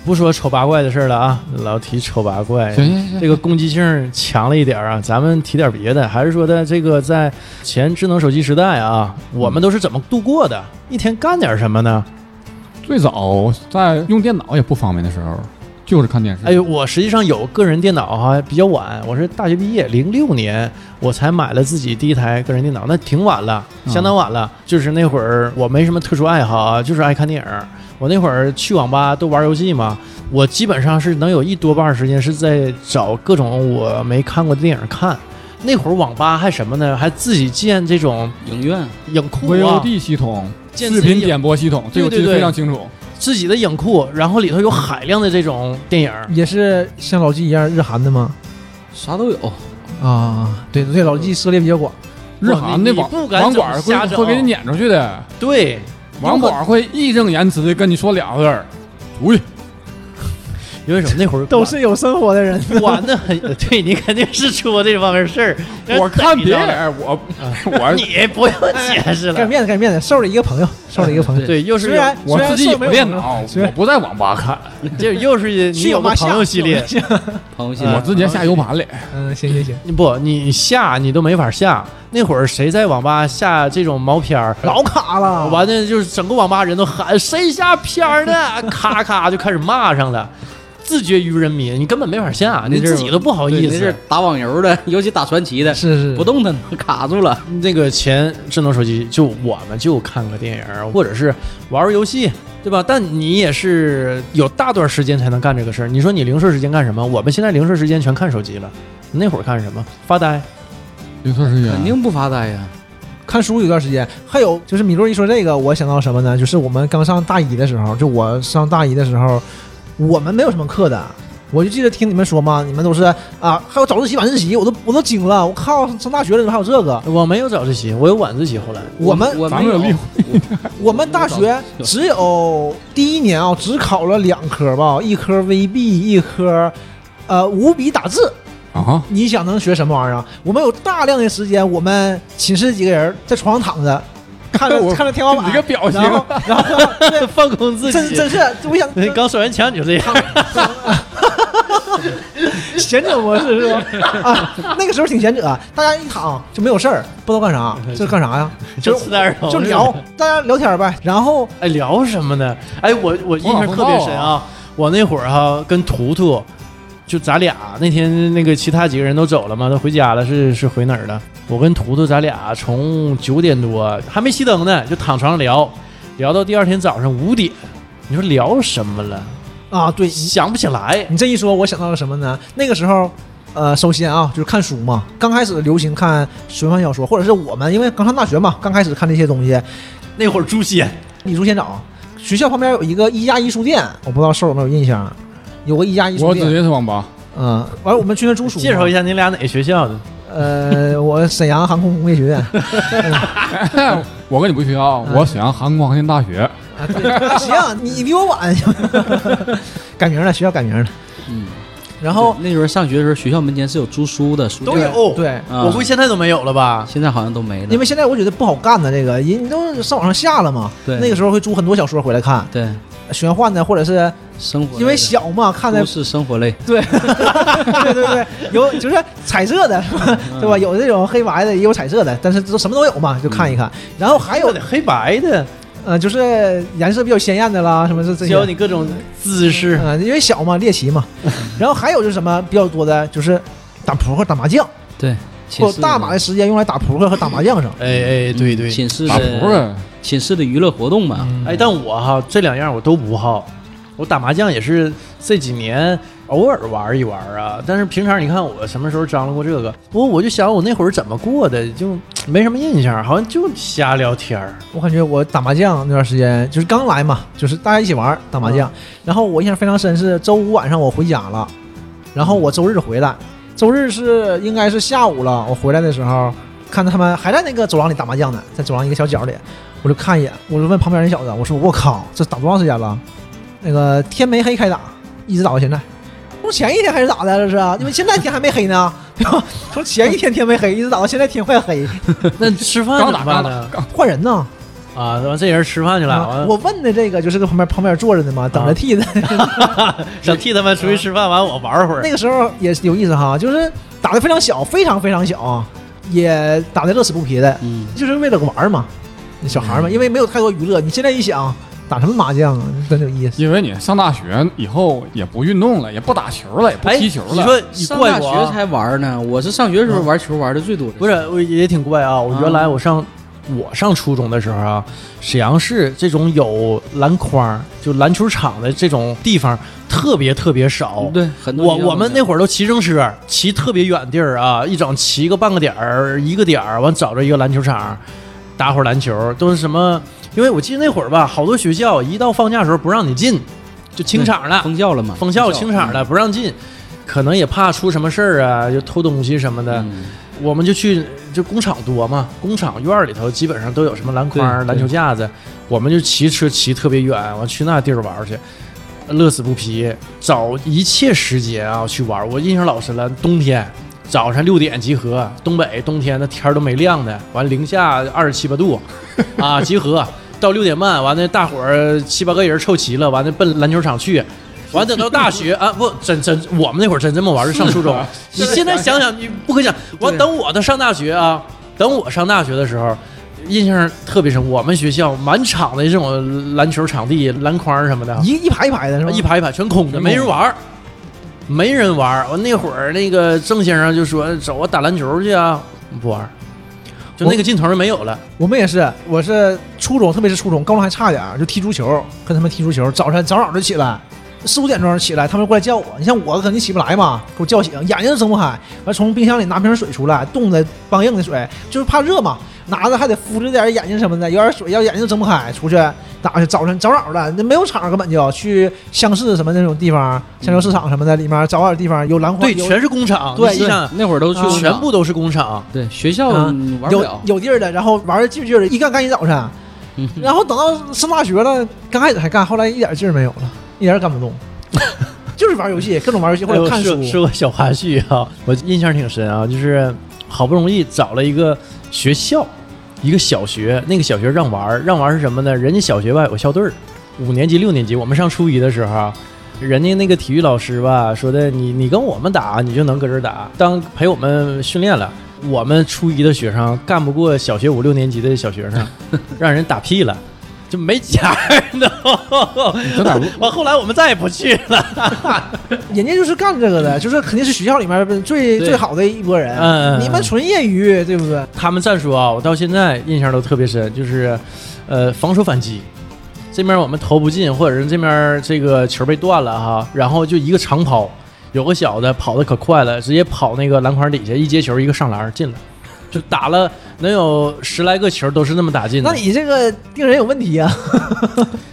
Speaker 1: 不说丑八怪的事儿了啊，老提丑八怪。
Speaker 3: 行行行，
Speaker 1: 这个攻击性强了一点儿啊，咱们提点别的，还是说的这个在前智能手机时代啊，我们都是怎么度过的？一天干点什么呢？
Speaker 3: 最早在用电脑也不方便的时候，就是看电视。
Speaker 1: 哎呦，我实际上有个人电脑哈、比较晚，我是大学毕业零六年我才买了自己第一台个人电脑，那挺晚了，
Speaker 3: 嗯
Speaker 1: 相当晚了。就是那会儿我没什么特殊爱好啊，就是爱看电影。我那会儿去网吧都玩游戏嘛，我基本上是能有一多半儿时间是在找各种我没看过的电影看。那会儿网吧还什么呢？还自己建这种
Speaker 2: 影院
Speaker 1: 影库啊，
Speaker 3: VOD 系统、
Speaker 1: 建
Speaker 3: 视
Speaker 1: 自己
Speaker 3: 频
Speaker 1: 影
Speaker 3: 点播系统，
Speaker 1: 对
Speaker 3: 这个我
Speaker 1: 对
Speaker 3: 记得
Speaker 1: 对
Speaker 3: 非常清楚。
Speaker 1: 自己的影库，然后里头有海量的这种电影。
Speaker 4: 也是像老纪一样日韩的吗？
Speaker 2: 啥都有，
Speaker 4: 啊，对对，老纪涉猎比较广。
Speaker 3: 日韩的
Speaker 1: 你
Speaker 3: 网
Speaker 1: 不敢
Speaker 3: 网
Speaker 1: 整
Speaker 3: 管
Speaker 1: 瞎啊
Speaker 3: 会
Speaker 1: 整
Speaker 3: 会给你撵出去的，
Speaker 1: 对，
Speaker 3: 网管会义正言辞的跟你说俩字儿：出去。
Speaker 1: 因为什么？那
Speaker 3: (laughs)
Speaker 1: 会儿
Speaker 4: 都是有生活的人，
Speaker 1: (laughs) 玩的很，对你肯定是出过这方面事 (laughs) 儿。
Speaker 3: 我看别，人，我 (laughs) 我
Speaker 1: 你不用解释
Speaker 4: 干
Speaker 1: 了。
Speaker 4: 面子干面子，收了一个朋友，收了一个朋友。
Speaker 1: 对，又是
Speaker 4: 虽
Speaker 1: 有 (laughs)
Speaker 4: 然
Speaker 3: 我
Speaker 4: 虽然
Speaker 3: 自己
Speaker 4: 瘦没
Speaker 3: 有电脑，
Speaker 4: 虽
Speaker 3: 我
Speaker 4: 然
Speaker 3: 不在网吧看，
Speaker 1: 这又是你
Speaker 4: 去
Speaker 1: 有
Speaker 4: 网
Speaker 1: 个
Speaker 4: 吧
Speaker 1: 朋友
Speaker 4: 下
Speaker 1: 系列，
Speaker 2: 朋友系
Speaker 1: 嗯
Speaker 3: 我
Speaker 2: 列
Speaker 3: 直接下 U 盘里。
Speaker 4: 嗯，行行行，
Speaker 1: 你不你下你都没法下。那会儿谁在网吧下这种毛片儿？
Speaker 4: 老卡了。
Speaker 1: 完了就是整个网吧人都喊谁下片儿的， (laughs) 咔咔就开始骂上了。自绝于人民，你根本没法下，
Speaker 2: 那
Speaker 1: 你
Speaker 2: 阵儿
Speaker 1: 自己都不好
Speaker 2: 好
Speaker 1: 哦意
Speaker 2: 那是
Speaker 1: 思。
Speaker 2: 打网游的， (laughs) 尤其打传奇的，
Speaker 4: 是是
Speaker 2: 不动弹卡住了。
Speaker 1: 那个前智能手机，就我们就看个电影，或者是玩玩游戏，对吧？但你也是有大段时间才能干这个事儿。你说你零碎时间干什么？我们现在零碎时间全看手机了，那会儿看什么？发呆。
Speaker 3: 零碎时
Speaker 2: 肯
Speaker 3: 间，
Speaker 2: 定不发呆呀，
Speaker 4: 看书有段时间，还有就是米洛一说这个，我想到什么呢？就是我们刚上大一的时候，就我上大一的时候，我们没有什么课的。我就记得听你们说嘛，你们都是啊，还有早自习、晚自习，我都我都惊了。我靠，上大学了怎么还有这个？
Speaker 1: 我没有早自习，我有晚自习。后
Speaker 4: (laughs)
Speaker 1: 来
Speaker 4: 我们
Speaker 2: 我
Speaker 3: 咱们有
Speaker 2: 有
Speaker 3: 例会
Speaker 4: 我们大学只有第一年啊，只考了两科吧，一科 VB，一科呃五笔打字。
Speaker 3: 啊，
Speaker 4: 你想能学什么玩意儿啊？我们有大量的时间，我们寝室几个人在床上躺着，看着
Speaker 3: 我
Speaker 4: 看着天花板，
Speaker 3: 你这个表情
Speaker 4: 然后然后对
Speaker 1: 放空 (laughs) 自
Speaker 4: 真
Speaker 1: 己
Speaker 4: 真。是，我想
Speaker 1: 你刚说完墙你就这样，
Speaker 4: 贤者模式是吧？啊，那个时候挺贤者，大家一躺就没有事儿，不知道干啥，这干啥呀？
Speaker 1: 就
Speaker 4: 就是
Speaker 1: 吃点
Speaker 4: 就聊，大家聊天呗。然后
Speaker 1: 哎，聊什么呢？哎，我我印象特别深啊！我那会儿哈、跟图图，就咱俩那天那个其他几个人都走了嘛，都回家了，是是回哪儿了？我跟图图咱俩从九点多还没熄灯呢，就躺床上聊，聊到第二天早上五点。你说聊什么了？
Speaker 4: 啊，对，
Speaker 1: 想不起来。
Speaker 4: 你这一说，我想到了什么呢？那个时候呃，首先啊，就是看书嘛。刚开始流行看玄幻小说，或者是我们因为刚上大学嘛，刚开始看这些东西。
Speaker 1: 那会儿诛仙，
Speaker 4: 李书先长，学校旁边有一个一加一书店，我不知道瘦有没有印象，有个一加一书
Speaker 3: 我直
Speaker 4: 店。
Speaker 3: 接是网吧，
Speaker 4: 嗯，完了我们去那租书嘛。
Speaker 1: 介绍一下你俩哪个学校的？
Speaker 4: 呃，我沈阳航空工业
Speaker 1: (laughs)
Speaker 4: 学院。
Speaker 3: (laughs) 我跟你不学啊，
Speaker 4: 嗯
Speaker 3: 我沈阳航空航天大学，
Speaker 4: 啊，对，行，你比我晚。 (laughs) 改名了，学校改名了。
Speaker 2: (laughs) 嗯，
Speaker 4: 然后
Speaker 2: 那时候上学的时候，学校门前是有租书的书店
Speaker 1: 都有
Speaker 4: 对，
Speaker 2: 啊
Speaker 1: 我估计现在都没有了吧？
Speaker 2: 现在好像都没了，
Speaker 4: 因为现在我觉得不好干的这个，人都上网上下了嘛。
Speaker 2: 对
Speaker 4: 那个时候会租很多小说回来看，
Speaker 2: 对
Speaker 4: 玄幻的，或者是
Speaker 2: 生活类的，
Speaker 4: 因为小嘛，看的
Speaker 2: 都是生活类，
Speaker 4: 对， (laughs) 对对对，有就是彩色的，
Speaker 2: 嗯
Speaker 4: 对吧？有这种黑白的，也有彩色的，但是都什么都有嘛，就看一看。然后还
Speaker 1: 还有
Speaker 4: 有
Speaker 1: 的黑白的，
Speaker 4: 呃，就是颜色比较鲜艳的啦，什么这这些。
Speaker 1: 教你各种姿势。
Speaker 4: 嗯、因为小嘛，猎奇嘛。然后还有就是什么比较多的，就是打扑克、打麻将，
Speaker 2: 对，
Speaker 4: 我
Speaker 2: 寝室嗯
Speaker 4: 大把的时间用来打扑克和打麻将上。
Speaker 1: 哎哎，对对。啊
Speaker 2: 寝室
Speaker 3: 打扑
Speaker 2: 的
Speaker 3: 克，
Speaker 2: 寝室的娱乐活动
Speaker 4: 嗯
Speaker 2: 嘛，
Speaker 1: 哎，但我哈这两样我都不好，我打麻将也是这几年偶尔玩一玩啊，但是平常你看我什么时候张罗过这个？不过我就想我那会儿怎么过的，就没什么印象，好像就瞎聊天儿。
Speaker 4: 我感觉我打麻将那段时间就是刚来嘛，就是大家一起玩儿打麻将。然后我印象非常深是周五晚上我回家了，然后我周日回来，周日是应该是下午了。我回来的时候看到他们还在那个走廊里打麻将呢，在走廊一个小角里，我就看一眼，我就问旁边那小子，我说我靠，这打多长时间了？那个天没黑开打，一直打到现在。从前一天开始打的，这是因为现在天还没黑呢，对吧？从前一天天没黑，一直打到现在天快黑，
Speaker 1: 那吃饭
Speaker 3: 刚
Speaker 1: 怎
Speaker 3: 打
Speaker 1: 么办
Speaker 3: 刚打
Speaker 1: 呢？
Speaker 3: 刚，
Speaker 4: 换人呢。
Speaker 1: 啊，完这人吃饭去了，
Speaker 4: 啊
Speaker 1: 完
Speaker 4: 我啊问的这个就是个旁边旁边坐着的嘛，等着替的。
Speaker 1: 想替他们出去吃饭，完我玩会儿
Speaker 4: 那。个时候也是有意思哈，就是打的非常小，非常非常小啊，也打的乐此不疲的，
Speaker 2: 嗯，
Speaker 4: 就是为了玩儿嘛，小孩儿嘛，因为没有太多娱乐。你现在一想，打什么麻将啊，真有意思。
Speaker 3: 因为你上大学以后也不运动了，也不打球了，也不
Speaker 1: 哎，
Speaker 3: 踢
Speaker 1: 你
Speaker 3: 球了，
Speaker 1: 说你
Speaker 2: 上
Speaker 1: 怪
Speaker 2: 大
Speaker 1: 我
Speaker 2: 学
Speaker 1: 啊？
Speaker 2: 才玩呢，我是上学的时候玩球玩的最多的，
Speaker 1: 不是，我也挺怪啊。我原来我上我上初中的时候啊，沈阳市这种有篮筐就篮球场的这种地方特别特别少。
Speaker 2: 对，很多
Speaker 1: 我
Speaker 2: 地方
Speaker 1: 我们
Speaker 2: 都
Speaker 1: 那会儿都骑自行车，骑特别远地儿啊，一整骑个半个点儿、一个点儿，完找着一个篮球场打会儿篮球，都是什么？因为我记得那会儿吧，好多学校一到放假的时候不让你进，就清场了，
Speaker 2: 封校嗯了嘛，
Speaker 1: 封校清场了，不让进，可能也怕出什么事儿啊，就偷东西什么的。
Speaker 2: 嗯
Speaker 1: 我们就去，就工厂多嘛，工厂院儿里头基本上都有什么篮筐、
Speaker 2: 对
Speaker 1: 篮球架子，我们就骑车骑特别远，完去那地儿玩儿去，乐此不疲，找一切时节啊去玩儿。我印象老深了，冬天早上六点集合，东北冬天那天儿都没亮呢，完零下二十七八度，啊，集合到六点半，完了大伙儿七八个人凑齐了，完了奔篮球场去。完等到大学啊，不真真，我们那会儿真这么玩儿，上初中。你现在想想，你不可想。完
Speaker 2: 对
Speaker 1: 等我的上大学啊，等我上大学的时候，印象特别深。我们学校满场的这种篮球场地、篮筐什么的，
Speaker 4: 一一排嗯一排的是吧？
Speaker 1: 一排一排全空着，
Speaker 3: 全空
Speaker 1: 没人玩儿，没人玩儿。我那会儿那个郑先生就说：“走啊，打篮球去啊！”不玩儿，就那个劲头儿没有了。
Speaker 4: 我们也是，我是初中，特别是初中，高中还差点儿，就踢足球，跟他们踢足球。早晨早早就起来，四五点钟起来，他们过来叫我。你像我肯定起不来嘛，给我叫醒，眼睛都睁不开。完从冰箱里拿瓶水出来，冻的梆硬的水，就是怕热嘛，拿着还得敷着点眼睛什么的，有点水，要眼睛睁不开。出去打去，早晨早早的，那没有场儿根本就去乡市什么那种地方，香蕉市场什么的里面找点地方有篮筐，
Speaker 1: 对，
Speaker 4: 有
Speaker 1: 全是工厂。
Speaker 4: 对
Speaker 1: 你想
Speaker 2: 那会儿都去
Speaker 4: 啊
Speaker 2: 工
Speaker 1: 想，
Speaker 2: 厂
Speaker 1: 全部都是工厂。
Speaker 2: 对学校
Speaker 4: 啊
Speaker 2: 嗯玩不
Speaker 4: 有 (laughs)
Speaker 2: 了，
Speaker 4: 有地儿的，然后玩儿劲儿劲儿的，一干干一早上。
Speaker 2: 嗯
Speaker 4: 然后等到上大学了，刚开始还干，后来一点劲儿没有了，一点儿干不动， (laughs) 就是玩游戏，各种玩游戏或
Speaker 1: 哎
Speaker 4: 者
Speaker 1: 我
Speaker 4: 看书
Speaker 1: 说。说个小花絮啊，我印象挺深啊，就是好不容易找了一个学校，一个小学，那个小学让玩儿，让玩儿是什么呢？人家小学吧有校队儿，五年级、六年级，我们上初一的时候啊。人家那个体育老师吧，说的你你跟我们打，你就能搁这儿打，当陪我们训练了。我们初一的学生干不过小学五六年级的小学生，
Speaker 4: (laughs)
Speaker 1: 让人打屁了，就没家儿都。
Speaker 3: 真打不
Speaker 1: 完后来 (laughs) 我们再也不去了。
Speaker 4: 人家就是干这个的，就是肯定是学校里面最
Speaker 2: 对
Speaker 4: 最好的一波人。
Speaker 1: 嗯嗯嗯
Speaker 4: 你们纯业余，对不对？
Speaker 1: 他们战术啊，我到现在印象都特别深，就是，呃，防守反击，这面我们投不进，或者是这面这个球被断了哈，然后就一个长抛，有个小子跑得可快了，直接跑那个篮筐底下，一接球一个上篮进了，就打了能有十来个球都是那么打进的
Speaker 4: 那，你这个定人有问题啊！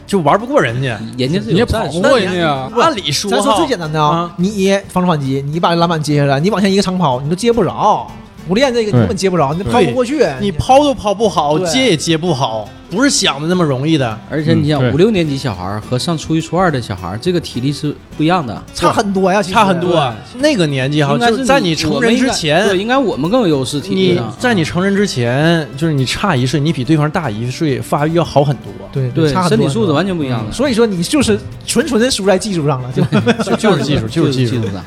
Speaker 1: 就玩不过人家。
Speaker 2: 人家是
Speaker 3: 你也
Speaker 2: 有
Speaker 3: 啊跑
Speaker 2: 战术
Speaker 3: 不
Speaker 2: 的，
Speaker 3: 过人家呀。
Speaker 4: 不
Speaker 1: 按理说
Speaker 4: 咱说
Speaker 1: 哈
Speaker 4: 最简单的啊
Speaker 1: 啊，
Speaker 4: 你防守反击，你把篮板接下来，你往前一个长跑，你都接不着。不练这个，你根本接不着，你
Speaker 3: 对
Speaker 4: 抛不过去。
Speaker 1: 你抛都抛不好，
Speaker 4: 对
Speaker 1: 接也接不好，不是想的那么容易的。
Speaker 2: 而且你想
Speaker 3: 嗯对
Speaker 2: 五六年级小孩儿和上初一初二的小孩儿，这个体力是不一样的。
Speaker 4: 差很多呀，其实
Speaker 1: 差很多。啊那个年纪哈，
Speaker 2: 应该
Speaker 1: 就是在你成人之
Speaker 2: 我们应该对，
Speaker 1: 前，
Speaker 2: 应该我们更有优势体力
Speaker 1: 你
Speaker 2: 上。
Speaker 1: 在你成人之前，就是你差一岁，你比对方大一岁，发育要好很多。
Speaker 4: 对
Speaker 2: 对
Speaker 4: 差很
Speaker 2: 身
Speaker 4: 多嗯
Speaker 2: 体素质完全不一样的， (laughs)
Speaker 4: 所以说你就是纯纯的输在技术上了，就
Speaker 1: 就就是技术，就是技
Speaker 2: 技
Speaker 1: 术。
Speaker 2: 上。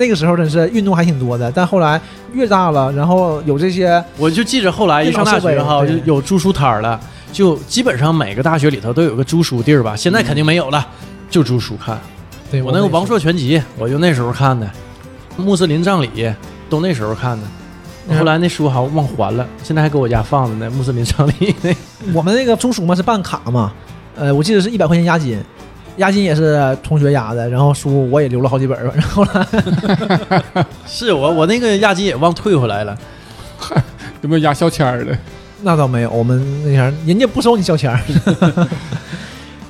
Speaker 4: 那个时候真是运动还挺多的，但后来越大了，然后有这些
Speaker 1: 我就记着后来一上大学哈，就
Speaker 4: 电脑设备对
Speaker 1: 有租书摊儿了，就基本上每个大学里头都有个租书地儿吧。现在肯定没有了，就租书看。
Speaker 4: 对
Speaker 1: 我那个《王朔全集》，我就那时候看的，《穆斯林葬礼》都那时候看的。
Speaker 4: 嗯
Speaker 1: 后来那书好像忘还了，现在还给我家放着呢，《穆斯林葬礼》那
Speaker 4: 我们那个中暑嘛是办卡嘛，呃，我记得是一百块钱押金，押金也是同学押的，然后书我也留了好几本儿，然后来
Speaker 1: (laughs) 是我我那个押金也忘退回来了。
Speaker 3: 有没有压消签儿的？
Speaker 4: 那倒没有，我们那啥人家不收你小钱儿， (laughs)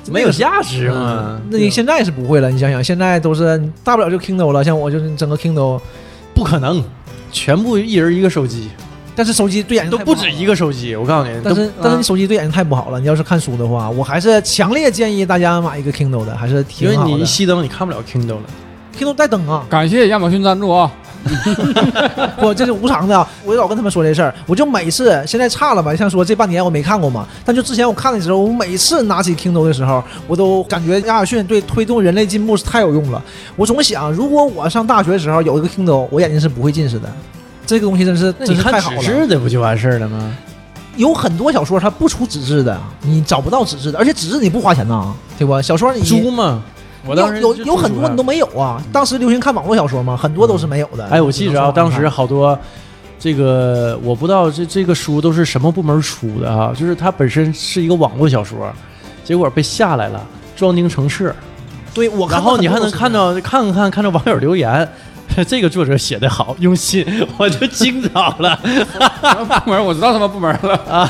Speaker 1: 没有啊价值嘛
Speaker 4: 嗯，那你现在是不会了，你想想现在都是大不了就 Kindle 了，像我就是整个 Kindle，
Speaker 1: 不可能，全部一人一个手机，
Speaker 4: 但是手机对眼睛
Speaker 1: 都
Speaker 4: 哎太
Speaker 1: 不
Speaker 4: 好
Speaker 1: 止
Speaker 4: 了
Speaker 1: 一个手机。我告诉你，
Speaker 4: 但是
Speaker 1: 都
Speaker 4: 但是
Speaker 1: 啊
Speaker 4: 你手机对眼睛太不好了，你要是看书的话，我还是强烈建议大家买一个 Kindle 的，还是
Speaker 1: 因
Speaker 4: 挺
Speaker 1: 为
Speaker 4: 好的。
Speaker 1: 你一熄灯，你看不了 Kindle 了。
Speaker 4: Kindle 带灯啊，
Speaker 3: 感谢亚马逊赞助啊！
Speaker 4: 我这是无偿的啊，我老跟他们说这事儿，我就每次现在差了吧，像说这半年我没看过嘛，但就之前我看的时候，我每次拿起 Kindle 的时候，我都感觉亚马逊对推动人类进步是太有用了。我总想，如果我上大学的时候有一个 Kindle，我眼睛是不会近视的。这个东西真是
Speaker 1: 那
Speaker 4: 真
Speaker 1: 你
Speaker 4: 是太
Speaker 1: 看
Speaker 4: 好
Speaker 1: 纸
Speaker 4: 了。
Speaker 1: 质的不就完事儿了吗？
Speaker 4: 有很多小说它不出纸质的，你找不到纸质的，而且纸质你不花钱呐，对吧？小说你
Speaker 1: 租嘛，我当
Speaker 4: 有
Speaker 1: 时
Speaker 4: 有
Speaker 1: 就
Speaker 4: 有很
Speaker 1: 租
Speaker 4: 多
Speaker 1: 了嗯
Speaker 4: 你都没有啊！当时流行看网络小说嘛，很多都是没有的。
Speaker 1: 哎，我记着啊，
Speaker 4: 只能
Speaker 1: 当
Speaker 4: 上网看
Speaker 1: 时好多这个我不知道这这个书都是什么部门出的啊，就是它本身是一个网络小说，结果被下来了，装订成册，
Speaker 4: 对我看
Speaker 1: 然
Speaker 4: 到
Speaker 1: 后
Speaker 4: 很
Speaker 1: 你
Speaker 4: 多
Speaker 1: 还
Speaker 4: 都
Speaker 1: 能
Speaker 4: 是
Speaker 1: 看
Speaker 4: 这样，
Speaker 1: 到看看看着网友留言。这个作者写的好，用心， (laughs) 我就惊着了。 (laughs)
Speaker 3: 什么部门我知道什么部门了，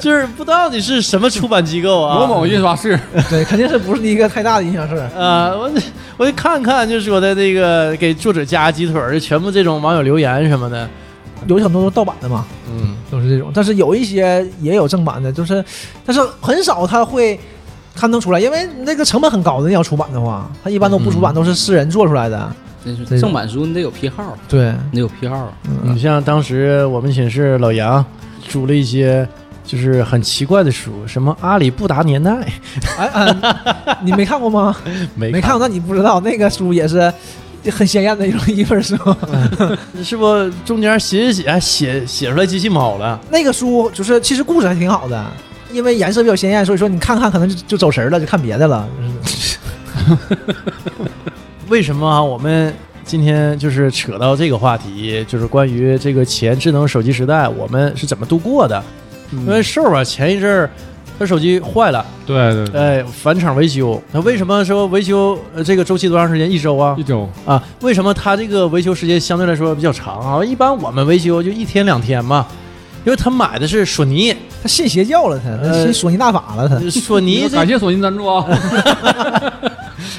Speaker 1: 就是不知道你是什么出版机构啊？
Speaker 3: 某某印刷室。
Speaker 4: 对，肯定是不是一个太大的影响事儿。
Speaker 1: 啊，我 (laughs) 我就看看，就说的这个给作者加鸡腿儿，全部这种网友留言什么的。
Speaker 4: 有很多都是盗版的嘛，
Speaker 1: 嗯，
Speaker 4: 都是这种。但是有一些也有正版的，就是，但是很少他会刊登出来，因为那个成本很高的。你要出版的话，他一般都不出版，
Speaker 1: 嗯
Speaker 4: 都是私人做出来的。
Speaker 2: 真是
Speaker 4: 这种
Speaker 2: 正版书你得有批号，
Speaker 1: (laughs)
Speaker 4: 对，
Speaker 2: 你得有批号。
Speaker 1: 你
Speaker 4: 嗯，
Speaker 1: 像当时我们寝室老杨租了一些就是很奇怪的书，什么《阿里不达年代》
Speaker 4: 哎哎，你没看过吗？
Speaker 1: 没
Speaker 4: 没看过，那你不知道那个书也是很鲜艳的一种一本书。
Speaker 1: 是不？中间写写写写出来机器猫了。
Speaker 4: 那个书就是其实故事还挺好的，因为颜色比较鲜艳，所以说你看看可能就就走神儿了，就看别的了。就是
Speaker 1: 为什么啊？我们今天就是扯到这个话题，就是关于这个前智能手机时代，我们是怎么度过的？因为瘦儿啊，前一阵儿他手机坏了。
Speaker 3: 对对，
Speaker 1: 哎，返厂维修，那为什么说维修呃这个周期多长时间？一周啊
Speaker 3: 一周
Speaker 1: 啊？为什么它这个维修时间相对来说比较长啊？一般我们维修就一天两天嘛，因为他买的是索尼，
Speaker 4: 他信邪教了他，他
Speaker 1: 呃
Speaker 4: 信索尼大法了他。
Speaker 1: 索尼这
Speaker 3: 感谢索尼赞助啊！
Speaker 1: (laughs)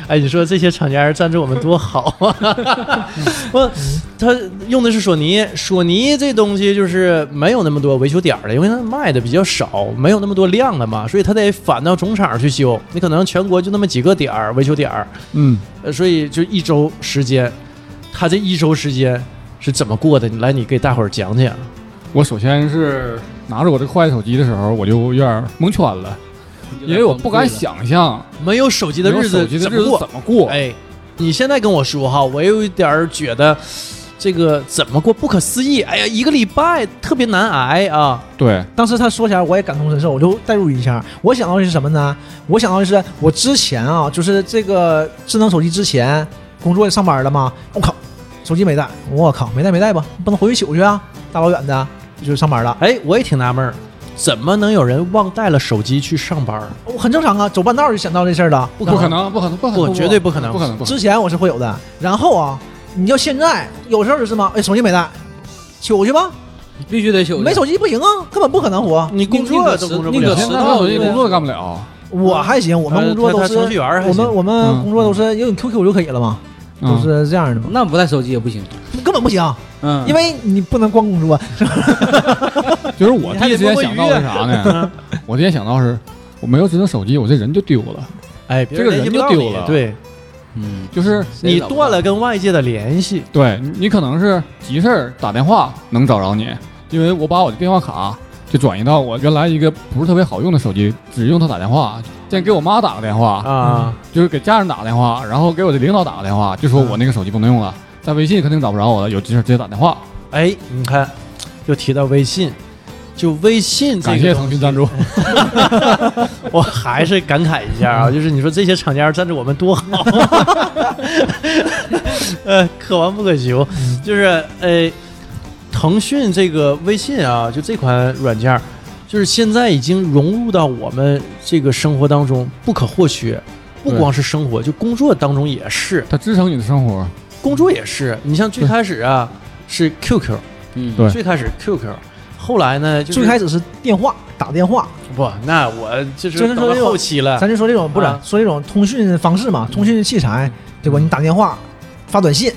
Speaker 1: 哎，你说这些厂家赞助我们多好啊！我他用的是索尼，索尼这东西就是没有那么多维修点儿了，因为它卖的比较少，没有那么多量了嘛，所以它得返到总厂去修。你可能全国就那么几个点儿维修点儿，
Speaker 3: 嗯，
Speaker 1: 呃，所以就一周时间，他这一周时间是怎么过的？你来，你给大伙儿讲讲。
Speaker 3: 我首先是拿着我这坏手机的时候，我就有点蒙圈了，因为我不敢想象
Speaker 1: 没有手机的
Speaker 3: 没有
Speaker 1: 日
Speaker 3: 手
Speaker 1: 子
Speaker 3: 机的
Speaker 1: 怎
Speaker 3: 日
Speaker 1: 么
Speaker 3: 子
Speaker 1: 过？
Speaker 3: 怎么过。
Speaker 1: 哎，你现在跟我说哈，我有一点儿觉得这个怎么过不可思议。哎呀，一个礼拜特别难挨啊！
Speaker 3: 对，
Speaker 4: 当时他说起来，我也感同身受，我就代入一下。我想到的是什么呢？我想到的是我之前啊，就是这个智能手机之前工作上班了嘛，我、靠，手机没带，我靠，没带没带吧，不能回去取去啊，大老远的就是上班了。
Speaker 1: 哎，我也挺纳闷儿，怎么能有人忘带了手机去上班儿？
Speaker 4: 我很正常啊，走半道就想到这事儿了。
Speaker 3: 不不可能，不可能，不可
Speaker 1: 不
Speaker 3: 能，
Speaker 1: 绝对不可能
Speaker 3: 不可能，不可能。
Speaker 4: 之前我是会有的，然后啊，你要现在有时候就是嘛，哎，手机没带，取去吧，
Speaker 2: 必须得休息。
Speaker 4: 没手机不行啊，根本不可能活。
Speaker 1: 你工作都工作不
Speaker 2: 宁可
Speaker 1: 了
Speaker 2: 之
Speaker 3: 现
Speaker 2: 迟，
Speaker 3: 在拿手机工作干不了，
Speaker 4: 我还行，我们工作都
Speaker 1: 呃他他程序
Speaker 4: 是，
Speaker 1: 员还
Speaker 4: 我
Speaker 1: 行
Speaker 4: 们我们
Speaker 3: 嗯
Speaker 4: 工作都是有你 QQ 就可以了嘛，都
Speaker 3: 嗯
Speaker 4: 是这样的嘛，
Speaker 2: 那不带手机也不行。
Speaker 4: 根本不行，
Speaker 2: 嗯，
Speaker 4: 因为你不能光工作，
Speaker 3: 嗯就是
Speaker 1: 你
Speaker 3: 我第
Speaker 1: 还
Speaker 3: 一
Speaker 1: 得
Speaker 3: 时间
Speaker 1: 摸摸啊
Speaker 3: 想到的是啥呢？ (laughs) 我第一时间想到是，我没有智能手机，我这人就丢了。
Speaker 1: 哎，别
Speaker 3: 这个
Speaker 1: 联
Speaker 3: 人
Speaker 1: 系不
Speaker 3: 就
Speaker 1: 到
Speaker 3: 丢
Speaker 1: 你
Speaker 3: 了
Speaker 1: 对
Speaker 2: 嗯，
Speaker 3: 就是
Speaker 1: 你断了跟外界的联系，
Speaker 3: 对你你可能是急事儿打电话能找着你，因为我把我的电话卡就转移到我原来一个不是特别好用的手机，只用它打电话。先给我妈打个电话，
Speaker 1: 啊，
Speaker 3: 就是给家人打个电话，然后给我的领导打个电话，就说我那个手机不能用了，在微信肯定找不着我了，有急事儿直接打电话。
Speaker 1: 哎，你看，又提到微信，就微信这
Speaker 3: 感
Speaker 1: 个
Speaker 3: 谢
Speaker 1: 东
Speaker 3: 腾
Speaker 1: 西
Speaker 3: 讯，赞助，
Speaker 1: 我还是感慨一下
Speaker 3: (laughs)
Speaker 1: 啊，就是你说这些厂家赞助我们多好，啊 (laughs) 呃，可望不可求，就是呃，腾讯这个微信啊，就这款软件儿，就是现在已经融入到我们这个生活当中不可或缺。不
Speaker 3: 对
Speaker 1: 光是生活，就工作当中也是，
Speaker 3: (laughs) 它支撑你的生活。
Speaker 1: 工作也是。你像最
Speaker 3: 对
Speaker 1: 开始啊是 QQ，
Speaker 2: 嗯，
Speaker 3: 对
Speaker 1: 最开始 QQ，后来呢就是
Speaker 4: 最开始是电话打电话，
Speaker 1: 不，那我就是
Speaker 4: 就
Speaker 1: 等
Speaker 4: 是说
Speaker 1: 到
Speaker 4: 这种
Speaker 1: 后期了
Speaker 4: 咱就说这种不是
Speaker 1: 啊嗯
Speaker 4: 说这种通讯方式嘛，通讯器材对吧？你打电话、发短信，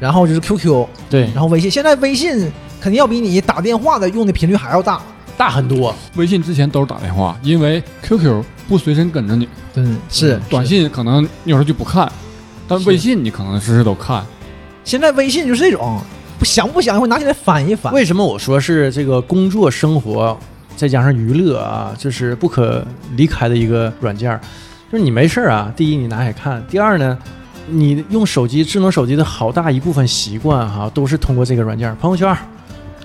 Speaker 4: 然后就是 QQ，
Speaker 1: 对
Speaker 4: 然后微信。现在微信肯定要比你打电话的用的频率还要大。
Speaker 1: 大很多，
Speaker 3: 微信之前都是打电话，因为 QQ 不随身跟着你，
Speaker 4: 对，嗯
Speaker 1: 嗯
Speaker 4: 是。
Speaker 3: 短信可能有时候就不看，但
Speaker 1: 是
Speaker 3: 微信你可能时时都看。
Speaker 4: 现在微信就是这种，不想不想会拿起来翻一翻。
Speaker 1: 为什么我说是这个工作生活再加上娱乐啊，就是不可离开的一个软件儿？就是你没事儿啊，第一你拿起来看，第二呢，你用手机智能手机的好大一部分习惯哈、都是通过这个软件儿，朋友圈儿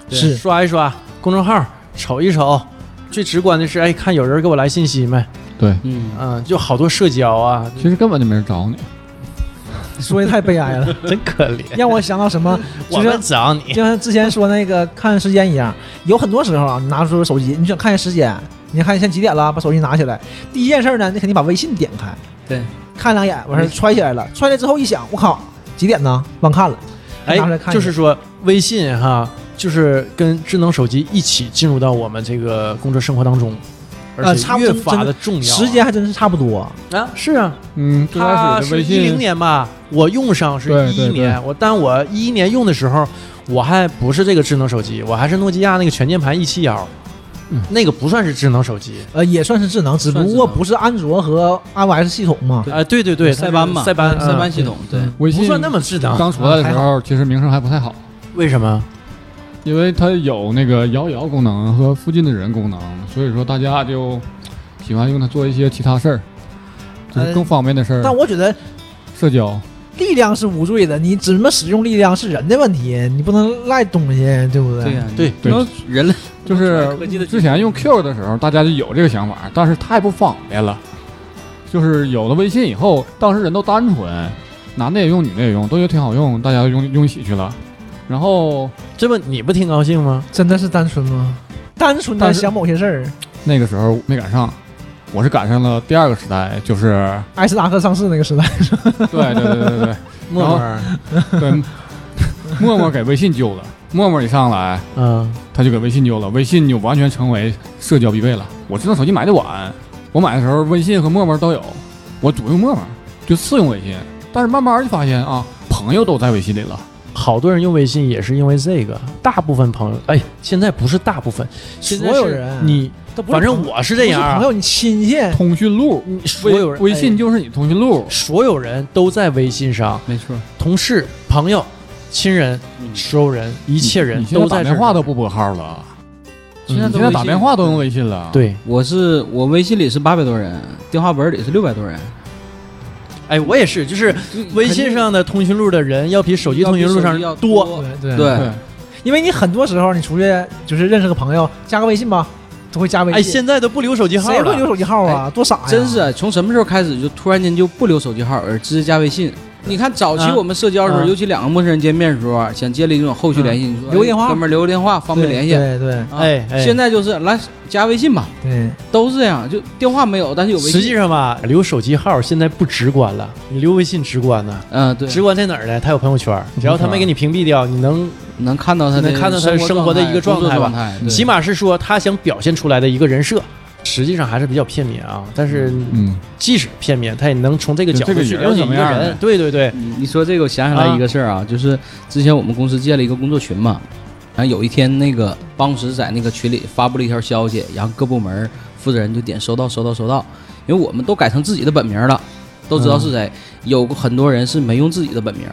Speaker 2: 对
Speaker 4: 是
Speaker 1: 刷一刷，公众号儿瞅一瞅。最直观的是，哎，看有人给我来信息没？
Speaker 3: 对，
Speaker 2: 嗯，
Speaker 1: 嗯，就好多社交啊，
Speaker 3: 其实根本就没人找你。
Speaker 4: 说的太悲哀 (laughs) 了，
Speaker 1: (laughs) 真可怜。
Speaker 4: 让我想到什么？
Speaker 1: (laughs) 我们找你
Speaker 4: (laughs) 就像之前说那个看时间一样，有很多时候啊，你拿出手机，你想看一下时间，你看现在几点了，把手机拿起来，第一件事呢，你肯定把微信点开，
Speaker 2: 对，
Speaker 4: 看两眼，完事儿揣起来了，揣起来之后一想，我靠，几点呢？忘看了，
Speaker 1: 哎
Speaker 4: 拿出来，看一下
Speaker 1: 就是说微信哈，就是跟智能手机一起进入到我们这个工作生活当中，而
Speaker 4: 呃
Speaker 1: 且
Speaker 4: 差不多
Speaker 1: 越发的重要啊。
Speaker 4: 时间还真是差不多。
Speaker 1: 啊，是啊，
Speaker 3: 嗯，最开始
Speaker 1: 它
Speaker 3: 我的
Speaker 1: 是
Speaker 3: 微
Speaker 1: 一零
Speaker 3: 信，
Speaker 1: 年吧，我用上是
Speaker 3: 对
Speaker 1: 一一
Speaker 3: 对对
Speaker 1: 年，我但我一一年用的时候，我还不是这个智能手机，我还是诺基亚那个全键盘一七幺
Speaker 3: 嗯，
Speaker 1: 那个不算是智能手机。
Speaker 4: 呃，也算是智能，只不过
Speaker 2: 算智能
Speaker 4: 不是安卓和 iOS 系统嘛。
Speaker 2: 对
Speaker 1: 啊，对对对，
Speaker 2: 塞班嘛，
Speaker 1: 塞班，
Speaker 2: 塞班
Speaker 1: 嗯
Speaker 2: 系统，对，
Speaker 1: 不
Speaker 3: 微信
Speaker 1: 算那么智能，
Speaker 3: 刚出来的时候，其实名声还不太好，
Speaker 1: 为什么？
Speaker 3: 因为它有那个摇一摇功能和附近的人功能，所以说大家就喜欢用它做一些其他事儿，
Speaker 1: 呃
Speaker 3: 就是更方便的事儿，
Speaker 4: 但我觉得
Speaker 3: 社交。
Speaker 4: 力量是无罪的，你怎么使用力量是人的问题，你不能赖东西，对不对？
Speaker 2: 对呀，你
Speaker 1: 对
Speaker 2: 不能人类
Speaker 3: 就是
Speaker 2: 科技的
Speaker 3: 之前用 Q 的时候，大家就有这个想法，但是太不方便了。就是有了微信以后，当时人都单纯，男的也用，女的也用，都觉得挺好用，大家就用用一起去了。然后
Speaker 1: 这不你不挺高兴吗？
Speaker 4: 真的是单纯吗？单纯的
Speaker 3: 但是
Speaker 4: 想某些事儿。
Speaker 3: 那个时候没赶上，我是赶上了第二个时代，就是
Speaker 4: 艾斯达克上市那个时代，
Speaker 3: 对对对对对对，
Speaker 1: 陌陌儿，
Speaker 3: (laughs) 对，陌陌给微信救了。陌陌一上来，
Speaker 1: 嗯，
Speaker 3: 他就给微信救了，微信就完全成为社交必备了。我智能手机买的晚，我买的时候微信和陌陌都有，我主用陌陌，就次用微信。但是慢慢就发现啊，朋友都在微信里了。
Speaker 1: 好多人用微信也是因为这个，大部分朋友，哎，现在不是大部分，现在是
Speaker 4: 所有人
Speaker 1: 你
Speaker 4: 都不是
Speaker 1: 反正
Speaker 4: 朋友
Speaker 1: 我是这样
Speaker 4: 不是
Speaker 1: 啊
Speaker 4: 朋，友，你亲戚
Speaker 3: 通讯录，
Speaker 1: 你所
Speaker 3: 微
Speaker 1: 有人
Speaker 3: 微信、就是你通讯录
Speaker 1: 哎，所有人都在微信上，
Speaker 2: 没错，
Speaker 1: 同事、朋友、亲人、
Speaker 2: 嗯
Speaker 1: 所有人、一
Speaker 3: 一
Speaker 1: 切人
Speaker 3: 你现在
Speaker 1: 都在
Speaker 3: 打
Speaker 1: 这儿
Speaker 3: 电话都不拨号了，
Speaker 1: 嗯
Speaker 3: 你现在打电话都用微信了。，
Speaker 1: 对，
Speaker 2: 我是我微信里是八百多人，电话本里是六百多人，
Speaker 1: 哎，我也是，就是微信上的通讯录的人要比手机
Speaker 2: 要
Speaker 1: 通
Speaker 2: 比
Speaker 1: 讯录
Speaker 2: 手
Speaker 1: 上
Speaker 2: 机要
Speaker 1: 多，
Speaker 2: 多哎
Speaker 4: 对
Speaker 2: 对
Speaker 3: 对，
Speaker 4: 因为你很多时候你出去就是认识个朋友，加个微信吧，都会加微信。
Speaker 1: 哎，现在都不留手机号
Speaker 4: 谁会留
Speaker 1: 了，
Speaker 4: 手机号啊？多傻呀！
Speaker 2: 真是啊从什么时候开始就突然间就不留手机号，而直接加微信？你看早期
Speaker 1: 啊
Speaker 2: 我们社交的时候，
Speaker 1: 啊
Speaker 2: 尤其两个陌生人见面的时候，想建立这种后续联系，你说
Speaker 4: 留个电话
Speaker 2: 哎哥们儿留个电话方便联系。
Speaker 4: 对对
Speaker 2: 啊
Speaker 1: 哎哎
Speaker 2: 现在就是来加微信吧，
Speaker 4: 对，
Speaker 2: 都是这样，就电话没有，但是有微信。
Speaker 1: 实际，上吧，留手机号现在不直观了，你留微信直观呢？
Speaker 2: 嗯，对，
Speaker 1: 直观在哪儿呢？他有朋友圈，只要他没给你屏蔽掉，你能
Speaker 2: 能看到他的
Speaker 1: 能看到他生活
Speaker 2: 活
Speaker 1: 的一个
Speaker 2: 状
Speaker 1: 状态吧
Speaker 2: 工作态对
Speaker 1: 起码是说他想表现出来的一个人设，实际上还是比较片面啊。但是
Speaker 3: 嗯，
Speaker 1: 即使片面，他也能从这个角
Speaker 3: 就这
Speaker 1: 度
Speaker 3: 个
Speaker 1: 去
Speaker 3: 人
Speaker 1: 了解
Speaker 3: 怎
Speaker 1: 一
Speaker 3: 么
Speaker 1: 个
Speaker 3: 样
Speaker 1: 人
Speaker 3: 呗。
Speaker 1: 对对对，
Speaker 2: 你你说这个，我想起来一个事儿啊，就是之前我们公司建了一个工作群嘛，然后有一天那个办公室在那个群里发布了一条消息，然后各部门儿负责人就点收到收到收到，因为我们都改成自己的本名了，都知道是谁，有很多人是没用自己的本名，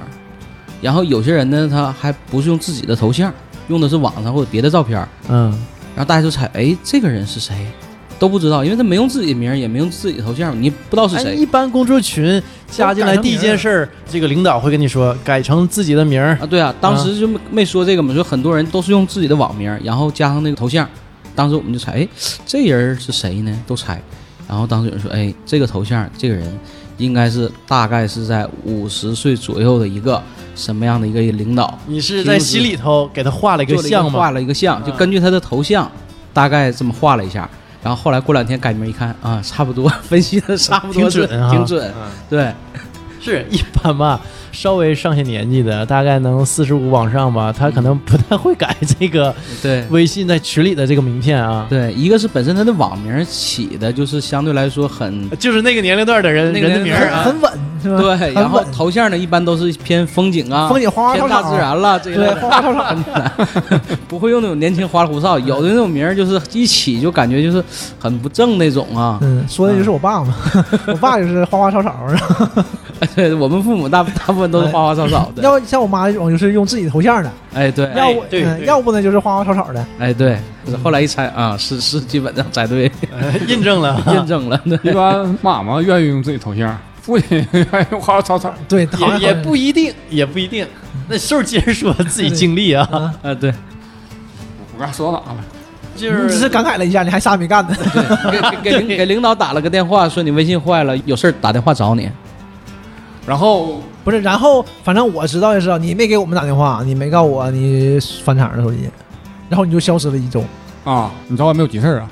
Speaker 2: 然后有些人呢他还不是用自己的头像，用的是网上或者别的照片儿，
Speaker 1: 嗯，
Speaker 2: 然后大家就猜，哎，这个人是谁？都不知道，因为他没用自己的名儿，也没用自己的头像，你不知道是
Speaker 1: 哎，
Speaker 2: 谁。
Speaker 1: 一般工作群加进来第一件事儿，这个领导会跟你说改成自己的名儿。
Speaker 2: 啊，对啊，当时就没没说这个嘛，说很多人都是用自己的网名，然后加上那个头像。当时我们就猜，哎，这人是谁呢？都猜。然后当时有人说，哎，这个头像，这个人应该是大概是在五十岁左右的一个什么样的一个领导，
Speaker 1: 你是在心里头给他画了一个
Speaker 2: 做了一
Speaker 1: 像
Speaker 2: 画
Speaker 1: 吗？
Speaker 2: 了一个像，就
Speaker 1: 嗯
Speaker 2: 根据他的头像大概这么画了一下。然后后来过两天改名一看啊，差不多，分析的差不多
Speaker 1: 挺
Speaker 2: 是
Speaker 1: 准啊
Speaker 2: 挺准，
Speaker 1: 嗯
Speaker 2: 对，
Speaker 1: 是一般吧，稍微上些年纪的，大概能四十五往上吧，他可能不太会改这个
Speaker 2: 对，
Speaker 1: 微信在群里的这个名片啊。
Speaker 2: 对，一个是本身他的网名起的就是相对来说很
Speaker 1: 就是那个年龄段的人
Speaker 2: 那个
Speaker 1: 人的
Speaker 2: 年
Speaker 1: 名儿
Speaker 2: 龄段
Speaker 1: 啊
Speaker 4: 很，很稳是吧？
Speaker 2: 对，然后
Speaker 4: 很稳
Speaker 2: 头像呢一般都是偏风景啊，
Speaker 4: 风景花花
Speaker 2: 偏
Speaker 4: 草
Speaker 2: 大自
Speaker 4: 草，
Speaker 2: 然了这一类
Speaker 4: 对，
Speaker 2: 的，
Speaker 4: 花花草草，
Speaker 2: (laughs) 不会用那种年轻花里胡哨，有的那种名儿就是一起就感觉就是很不正那种啊。 (laughs)
Speaker 4: 嗯，说的就是我爸嘛，我爸就是花花草草，然后
Speaker 2: 对我们父母大大部分都是花花草草的，
Speaker 4: 要像我妈这种就是用自己头像的，
Speaker 2: 哎对，
Speaker 4: 要不
Speaker 1: 对
Speaker 4: 嗯
Speaker 1: 对
Speaker 4: 要不呢就是花花草草的，
Speaker 2: 哎对，后来一猜啊，是是基本上猜
Speaker 4: (laughs)
Speaker 2: 对，
Speaker 1: (laughs) 印证了啊，
Speaker 2: 验证了，对
Speaker 3: (laughs) 一般妈妈愿意用自己头像，父亲愿意用花花草 (laughs) 草。
Speaker 4: 对，好像
Speaker 1: 也也不一定，也不一 (laughs) 定。那瘦儿接着说自己经历啊，
Speaker 2: 啊对，
Speaker 3: 我刚才说到哪了？啊
Speaker 1: 就
Speaker 4: 你
Speaker 1: 是
Speaker 4: 只是感慨了一下，你还啥没干呢？ (laughs)
Speaker 2: 对给给领给领导打了个电话，说你微信坏了，有事儿打电话找你。
Speaker 3: 然后
Speaker 4: 不是，然后反正我知道也知道，你没给我们打电话，你没告我你翻厂的手机，然后你就消失了一周。
Speaker 3: 啊，你找我有没有急事儿啊？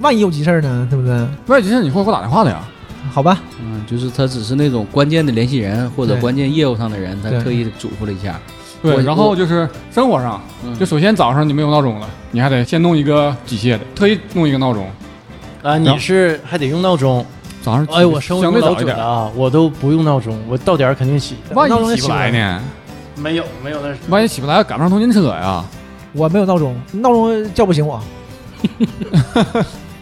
Speaker 4: 万一有急事儿呢，对不对？
Speaker 3: 万一急事儿你会给我打电话的呀？
Speaker 4: 好吧，
Speaker 2: 嗯，就是他只是那种关键的联系人或者
Speaker 4: 对
Speaker 2: 关键业务上的人，他
Speaker 4: 对
Speaker 2: 特意嘱咐了一下。我
Speaker 3: 对，然后就是生活上，
Speaker 2: 嗯
Speaker 3: 就首先早上你没有闹钟了，你还得先弄一个机械的，特意弄一个闹钟。
Speaker 1: 啊，你是还得用闹钟。
Speaker 3: 早上
Speaker 1: 哎，我生活中
Speaker 3: 相对
Speaker 1: 老
Speaker 3: 早一
Speaker 1: 准
Speaker 3: 点
Speaker 1: 了，啊，我都不用闹钟，我到点儿肯定起。
Speaker 3: 万
Speaker 4: 闹钟
Speaker 3: 一起不来呢？
Speaker 1: 没有没有那是
Speaker 3: 万一起不来赶不上通勤车呀？
Speaker 4: 我没有闹钟，闹钟叫不醒我。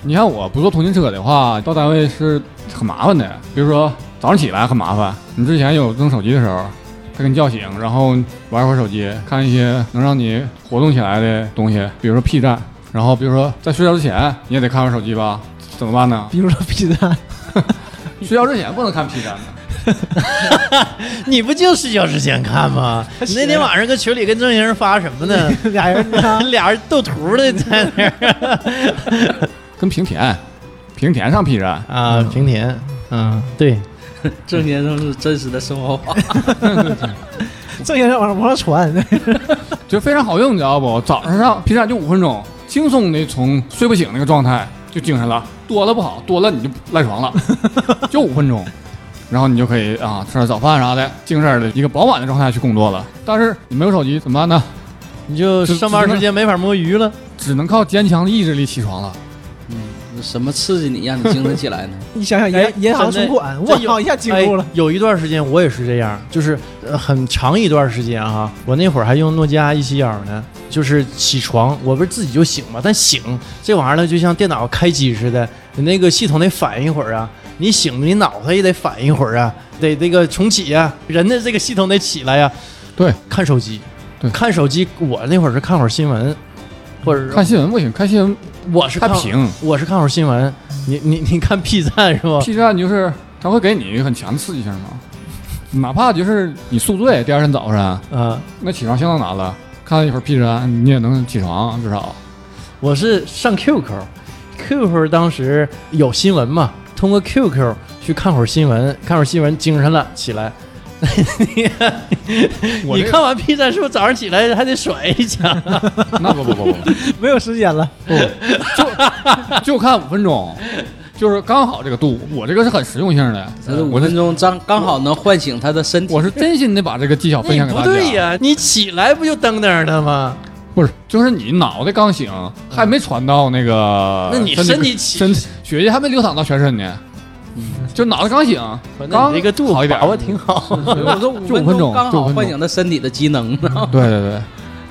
Speaker 3: 你看我不坐通勤车的话，到单位是很麻烦的。比如说早上起来很麻烦，你之前有弄手机的时候，他给你叫醒，然后玩会儿手机，看一些能让你活动起来的东西， (laughs) 比如说 P 站，然后比如说在睡觉之前你也得看会儿手机吧，怎么办呢？
Speaker 4: 比如说 (laughs) B 站，
Speaker 3: (laughs) 睡觉之前不能看 P 站呢。
Speaker 1: (laughs) 你不就睡觉之前看吗？你那天晚上搁群里跟郑先生发什么呢？
Speaker 4: 俩人呢
Speaker 1: (laughs) 俩人斗图的在那儿
Speaker 3: 跟平田，平田上 P 站，
Speaker 1: 啊，平田，嗯，对，
Speaker 2: 郑先生是真实的生活化，
Speaker 4: 郑先生往上往上传， (laughs)
Speaker 3: 就非常好用，你知道不？早上上 P 站就五分钟，轻松的从睡不醒那个状态就精神了，多了不好，多了你就赖床了，就五分钟。然后你就可以啊，吃点早饭啥的，精神的一个饱满的状态去工作了。但是你没有手机怎么办呢？
Speaker 1: 你就
Speaker 3: 就
Speaker 1: 上班时间没法摸鱼了。
Speaker 3: 只能靠坚强的意志力起床了。
Speaker 2: 嗯，什么刺激你让你精神起来 (laughs) 呢？
Speaker 4: 你想想
Speaker 1: 哎
Speaker 4: 银银行
Speaker 1: 真
Speaker 4: 存
Speaker 1: 的
Speaker 4: 款，
Speaker 1: 这
Speaker 4: 我
Speaker 1: 有
Speaker 4: 靠，一下进入了
Speaker 1: 哎。有一段时间我也是这样，就是呃很长一段时间啊，我那会儿还用诺基亚一七幺呢，就是起床我不是自己就醒嘛，但醒这玩意儿呢就像电脑开机似的，你那个系统得反应一会儿啊，你醒你脑袋也得反应一会儿啊，得这个重启啊，人的这个系统得起来呀、
Speaker 3: 对，
Speaker 1: 看手机，
Speaker 3: 对
Speaker 1: 看手机，我那会儿是看会儿新闻，或者是
Speaker 3: 看新闻不行，看新闻
Speaker 1: 我是
Speaker 3: 太
Speaker 1: 看。
Speaker 3: 平。
Speaker 1: 我是看会儿新闻，你你你看 B 站是吧？
Speaker 3: P 站就是它会给你很强的刺激性嘛，哪怕就是你宿醉，第二天早上
Speaker 1: 啊、
Speaker 3: 那起床相当难了，看一会儿 P 站你也能起床至少。
Speaker 1: 我是上 QQ，QQ 当时有新闻嘛，通过 QQ 去看会儿新闻，看会儿新闻精神了起来，
Speaker 3: 我
Speaker 1: 你
Speaker 3: 这
Speaker 1: 看完 B 站是不是早上起来还得甩一枪？
Speaker 3: (laughs) 那不不不不不，
Speaker 1: 哎
Speaker 4: 没有时间了。
Speaker 3: 就看五分钟，就是刚好这个度。我这个是很实用性的，
Speaker 2: 他这五
Speaker 3: 我
Speaker 2: 分
Speaker 3: 是
Speaker 2: 钟刚刚好能唤醒他的身体。
Speaker 3: 我是真心的把这个技巧分
Speaker 1: 那
Speaker 3: 享给
Speaker 1: 不
Speaker 3: 大
Speaker 1: 对
Speaker 3: 家。啊
Speaker 1: 呀、你起来不就噔噔的吗？
Speaker 3: 不是，就是你脑袋刚醒，还没传到那个，
Speaker 1: 嗯那你身
Speaker 3: 身
Speaker 1: 体起
Speaker 3: 身血液还没流淌到全身呢，就脑袋刚醒，
Speaker 1: 那
Speaker 3: 刚
Speaker 1: 你这个度
Speaker 3: 好一点嗯
Speaker 1: 把握挺好。
Speaker 2: 我 (laughs) 说五
Speaker 3: 就五分钟
Speaker 2: 刚
Speaker 3: 就五
Speaker 2: 好
Speaker 3: 分钟
Speaker 2: 唤醒他身体的机能，
Speaker 3: 对对对，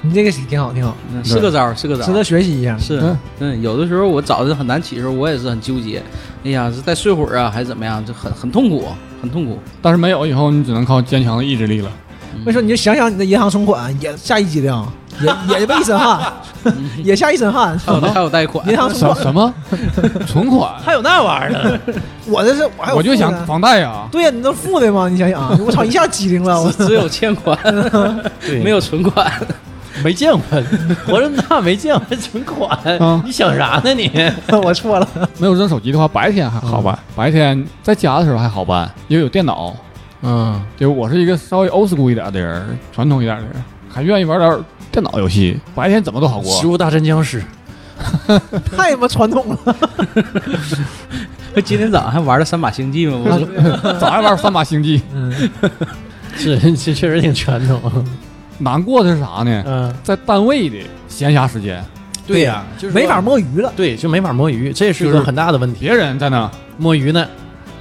Speaker 4: 你这个挺好，挺好，
Speaker 2: (laughs) 是个招儿，是
Speaker 1: 啊
Speaker 2: 个招
Speaker 4: 值
Speaker 2: 儿。
Speaker 4: 得学习一下。
Speaker 2: 是
Speaker 3: 嗯，
Speaker 2: 嗯，有的时候我早晨很难起的时候，我也是很纠结，哎呀，是再睡会儿啊，还是怎么样？就很很痛苦，很痛苦。
Speaker 3: 但是没有以后，你只能靠坚强的意志力了。
Speaker 2: 嗯
Speaker 4: 没说你就想想你的银行存款也下一激灵，也也被一身汗，也下一身汗。
Speaker 2: 还有还有贷款，
Speaker 4: 银行存
Speaker 3: 什
Speaker 4: 款，
Speaker 3: 什么 (laughs) 存款？
Speaker 1: 还有那玩意儿
Speaker 3: (laughs)
Speaker 1: 呢？
Speaker 4: 我这是我还有
Speaker 3: 我就
Speaker 4: 负
Speaker 3: 想
Speaker 4: 的
Speaker 3: 房贷呀，
Speaker 4: 对呀，你都负的吗？你想想，我操，一下机灵了，我
Speaker 2: (laughs) 只有欠款，
Speaker 1: 对
Speaker 2: 没有存款。 (laughs)
Speaker 1: 没见过， (laughs) 我这么大没见过存款，
Speaker 3: 嗯
Speaker 1: 你想啥呢你？
Speaker 4: 我 (laughs) 错了。
Speaker 3: 没有智能手机的话，白天还
Speaker 1: 嗯
Speaker 3: 好办，白天在家的时候还好办，因为有电脑。
Speaker 2: 嗯，
Speaker 3: 对，我是一个稍微 old school 一点的人，传统一点的人，还愿意玩点电脑游戏。白天怎么都
Speaker 1: (laughs)
Speaker 3: 好
Speaker 1: 食
Speaker 3: 过。
Speaker 1: 物大战僵尸，
Speaker 4: 太他妈传统了，
Speaker 2: 今天早上还玩了三把星际吗？我说
Speaker 3: 早上玩三把星际， (laughs)
Speaker 1: 是这确实挺传
Speaker 3: (laughs)
Speaker 1: 统。
Speaker 3: 难过的是啥呢？
Speaker 1: 嗯，
Speaker 3: 在单位的闲暇时间，
Speaker 1: 对呀、就是
Speaker 4: 没法摸鱼了。
Speaker 1: 对，就没法摸鱼，这是
Speaker 3: 就
Speaker 1: 个
Speaker 3: 是
Speaker 1: 很大的问题。
Speaker 3: 别人在那
Speaker 1: 摸鱼呢，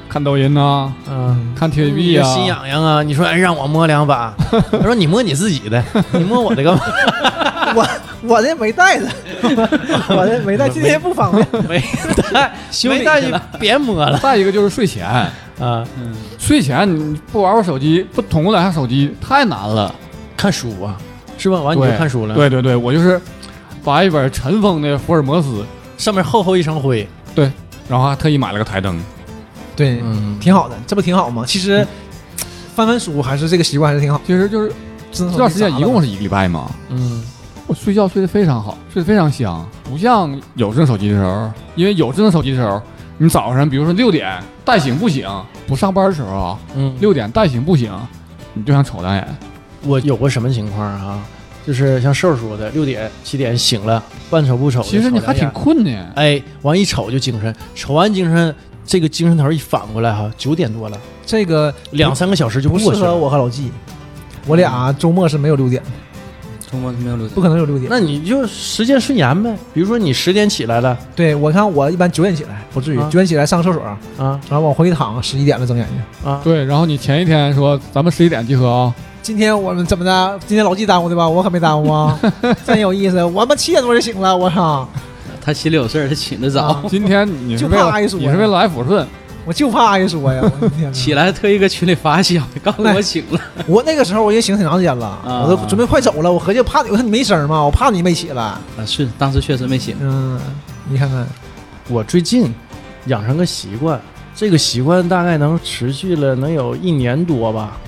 Speaker 3: 看抖音呐、
Speaker 1: 嗯。
Speaker 3: 看
Speaker 1: 你
Speaker 3: TVB
Speaker 1: 就
Speaker 3: 啊，
Speaker 1: 心痒痒啊！你说，哎，让我摸两 (laughs) 把，他说你摸你自 (laughs) 己的，你摸我的干嘛？
Speaker 4: 我我这没带呢，我这没带，今天不方便。
Speaker 1: 没带，
Speaker 2: (laughs) 修
Speaker 1: 没
Speaker 2: 理去
Speaker 1: 带就
Speaker 2: 了
Speaker 1: 别摸了
Speaker 3: 再一个就是睡前，
Speaker 1: 啊！
Speaker 3: 睡前你不玩玩手机，不捅咕两下手机，太难了。
Speaker 1: 看书啊，是吧？完你就
Speaker 3: 对
Speaker 1: 看书了，，
Speaker 3: 对对对，我就是把一本尘封的福尔摩斯，
Speaker 1: 上面厚厚一层灰，
Speaker 3: 然后还特意买了个台灯。
Speaker 4: 对，
Speaker 1: 嗯，
Speaker 4: 挺好的，这不挺好吗？其实翻翻书还是这个习惯还是挺好。
Speaker 3: 其实就是
Speaker 4: 这
Speaker 3: 这段时间一共是一个礼拜嘛，
Speaker 1: 嗯，
Speaker 3: 嗯我睡觉睡得非常好，睡得非常香，不像有智能手机的时候，因为有智能手机的时候，你早上比如说六点带醒不醒，不上班的时候啊，
Speaker 1: 嗯，
Speaker 3: 六点带醒不醒，你就想瞅两眼。
Speaker 1: 我有过什么情况啊？就是像瘦说的，六点七点醒了，半瞅不瞅的，
Speaker 3: 其实你
Speaker 1: 瞅
Speaker 3: 还
Speaker 1: 两
Speaker 3: 挺
Speaker 1: 眼
Speaker 3: 困呢，
Speaker 1: 哎，完一瞅就精神，瞅完精神，这个精神头一反过来哈，九点多了，
Speaker 4: 这个
Speaker 1: 两三个小时就
Speaker 4: 不
Speaker 1: 过
Speaker 4: 适
Speaker 1: 去
Speaker 4: 合
Speaker 1: 了。
Speaker 4: 我和老纪，我俩周末是没有六点，
Speaker 2: 中国没有留
Speaker 4: 不可能有六点。
Speaker 1: 那你就时间顺延呗，比如说你十点起来了
Speaker 4: 对我看我一般九点起来，不至于
Speaker 1: 啊
Speaker 4: 九点起来上个厕所，
Speaker 1: 啊
Speaker 4: 然后往回一躺，十一点了睁眼睛。
Speaker 1: 啊，
Speaker 3: 对。然后你前一天说咱们十一点集合啊，
Speaker 4: 今天我们怎么的？今天老纪耽误的吧？我可没耽误啊，真有意思。我们七点多就醒了，我操！
Speaker 2: 他心里有事儿，他醒得早，
Speaker 4: 啊
Speaker 3: 今天你是
Speaker 4: 就
Speaker 3: 为
Speaker 4: 怕
Speaker 3: 了
Speaker 4: 挨说
Speaker 3: 你是为了来抚顺，
Speaker 4: 我就怕挨说呀！我的天
Speaker 2: 起
Speaker 4: 哪！
Speaker 2: 来特意搁群里发 (laughs) 消息，告诉我醒了。
Speaker 4: 我那个时候我已经醒挺长时间了，
Speaker 2: 啊
Speaker 4: 我都准备快走了。我合计怕你，我看你没声儿嘛，我怕你没起来。
Speaker 2: 啊，是当时确实没醒。
Speaker 4: 嗯，你看看，
Speaker 1: 我最近养成个习惯，这个习惯大概能持续了能有一年多吧。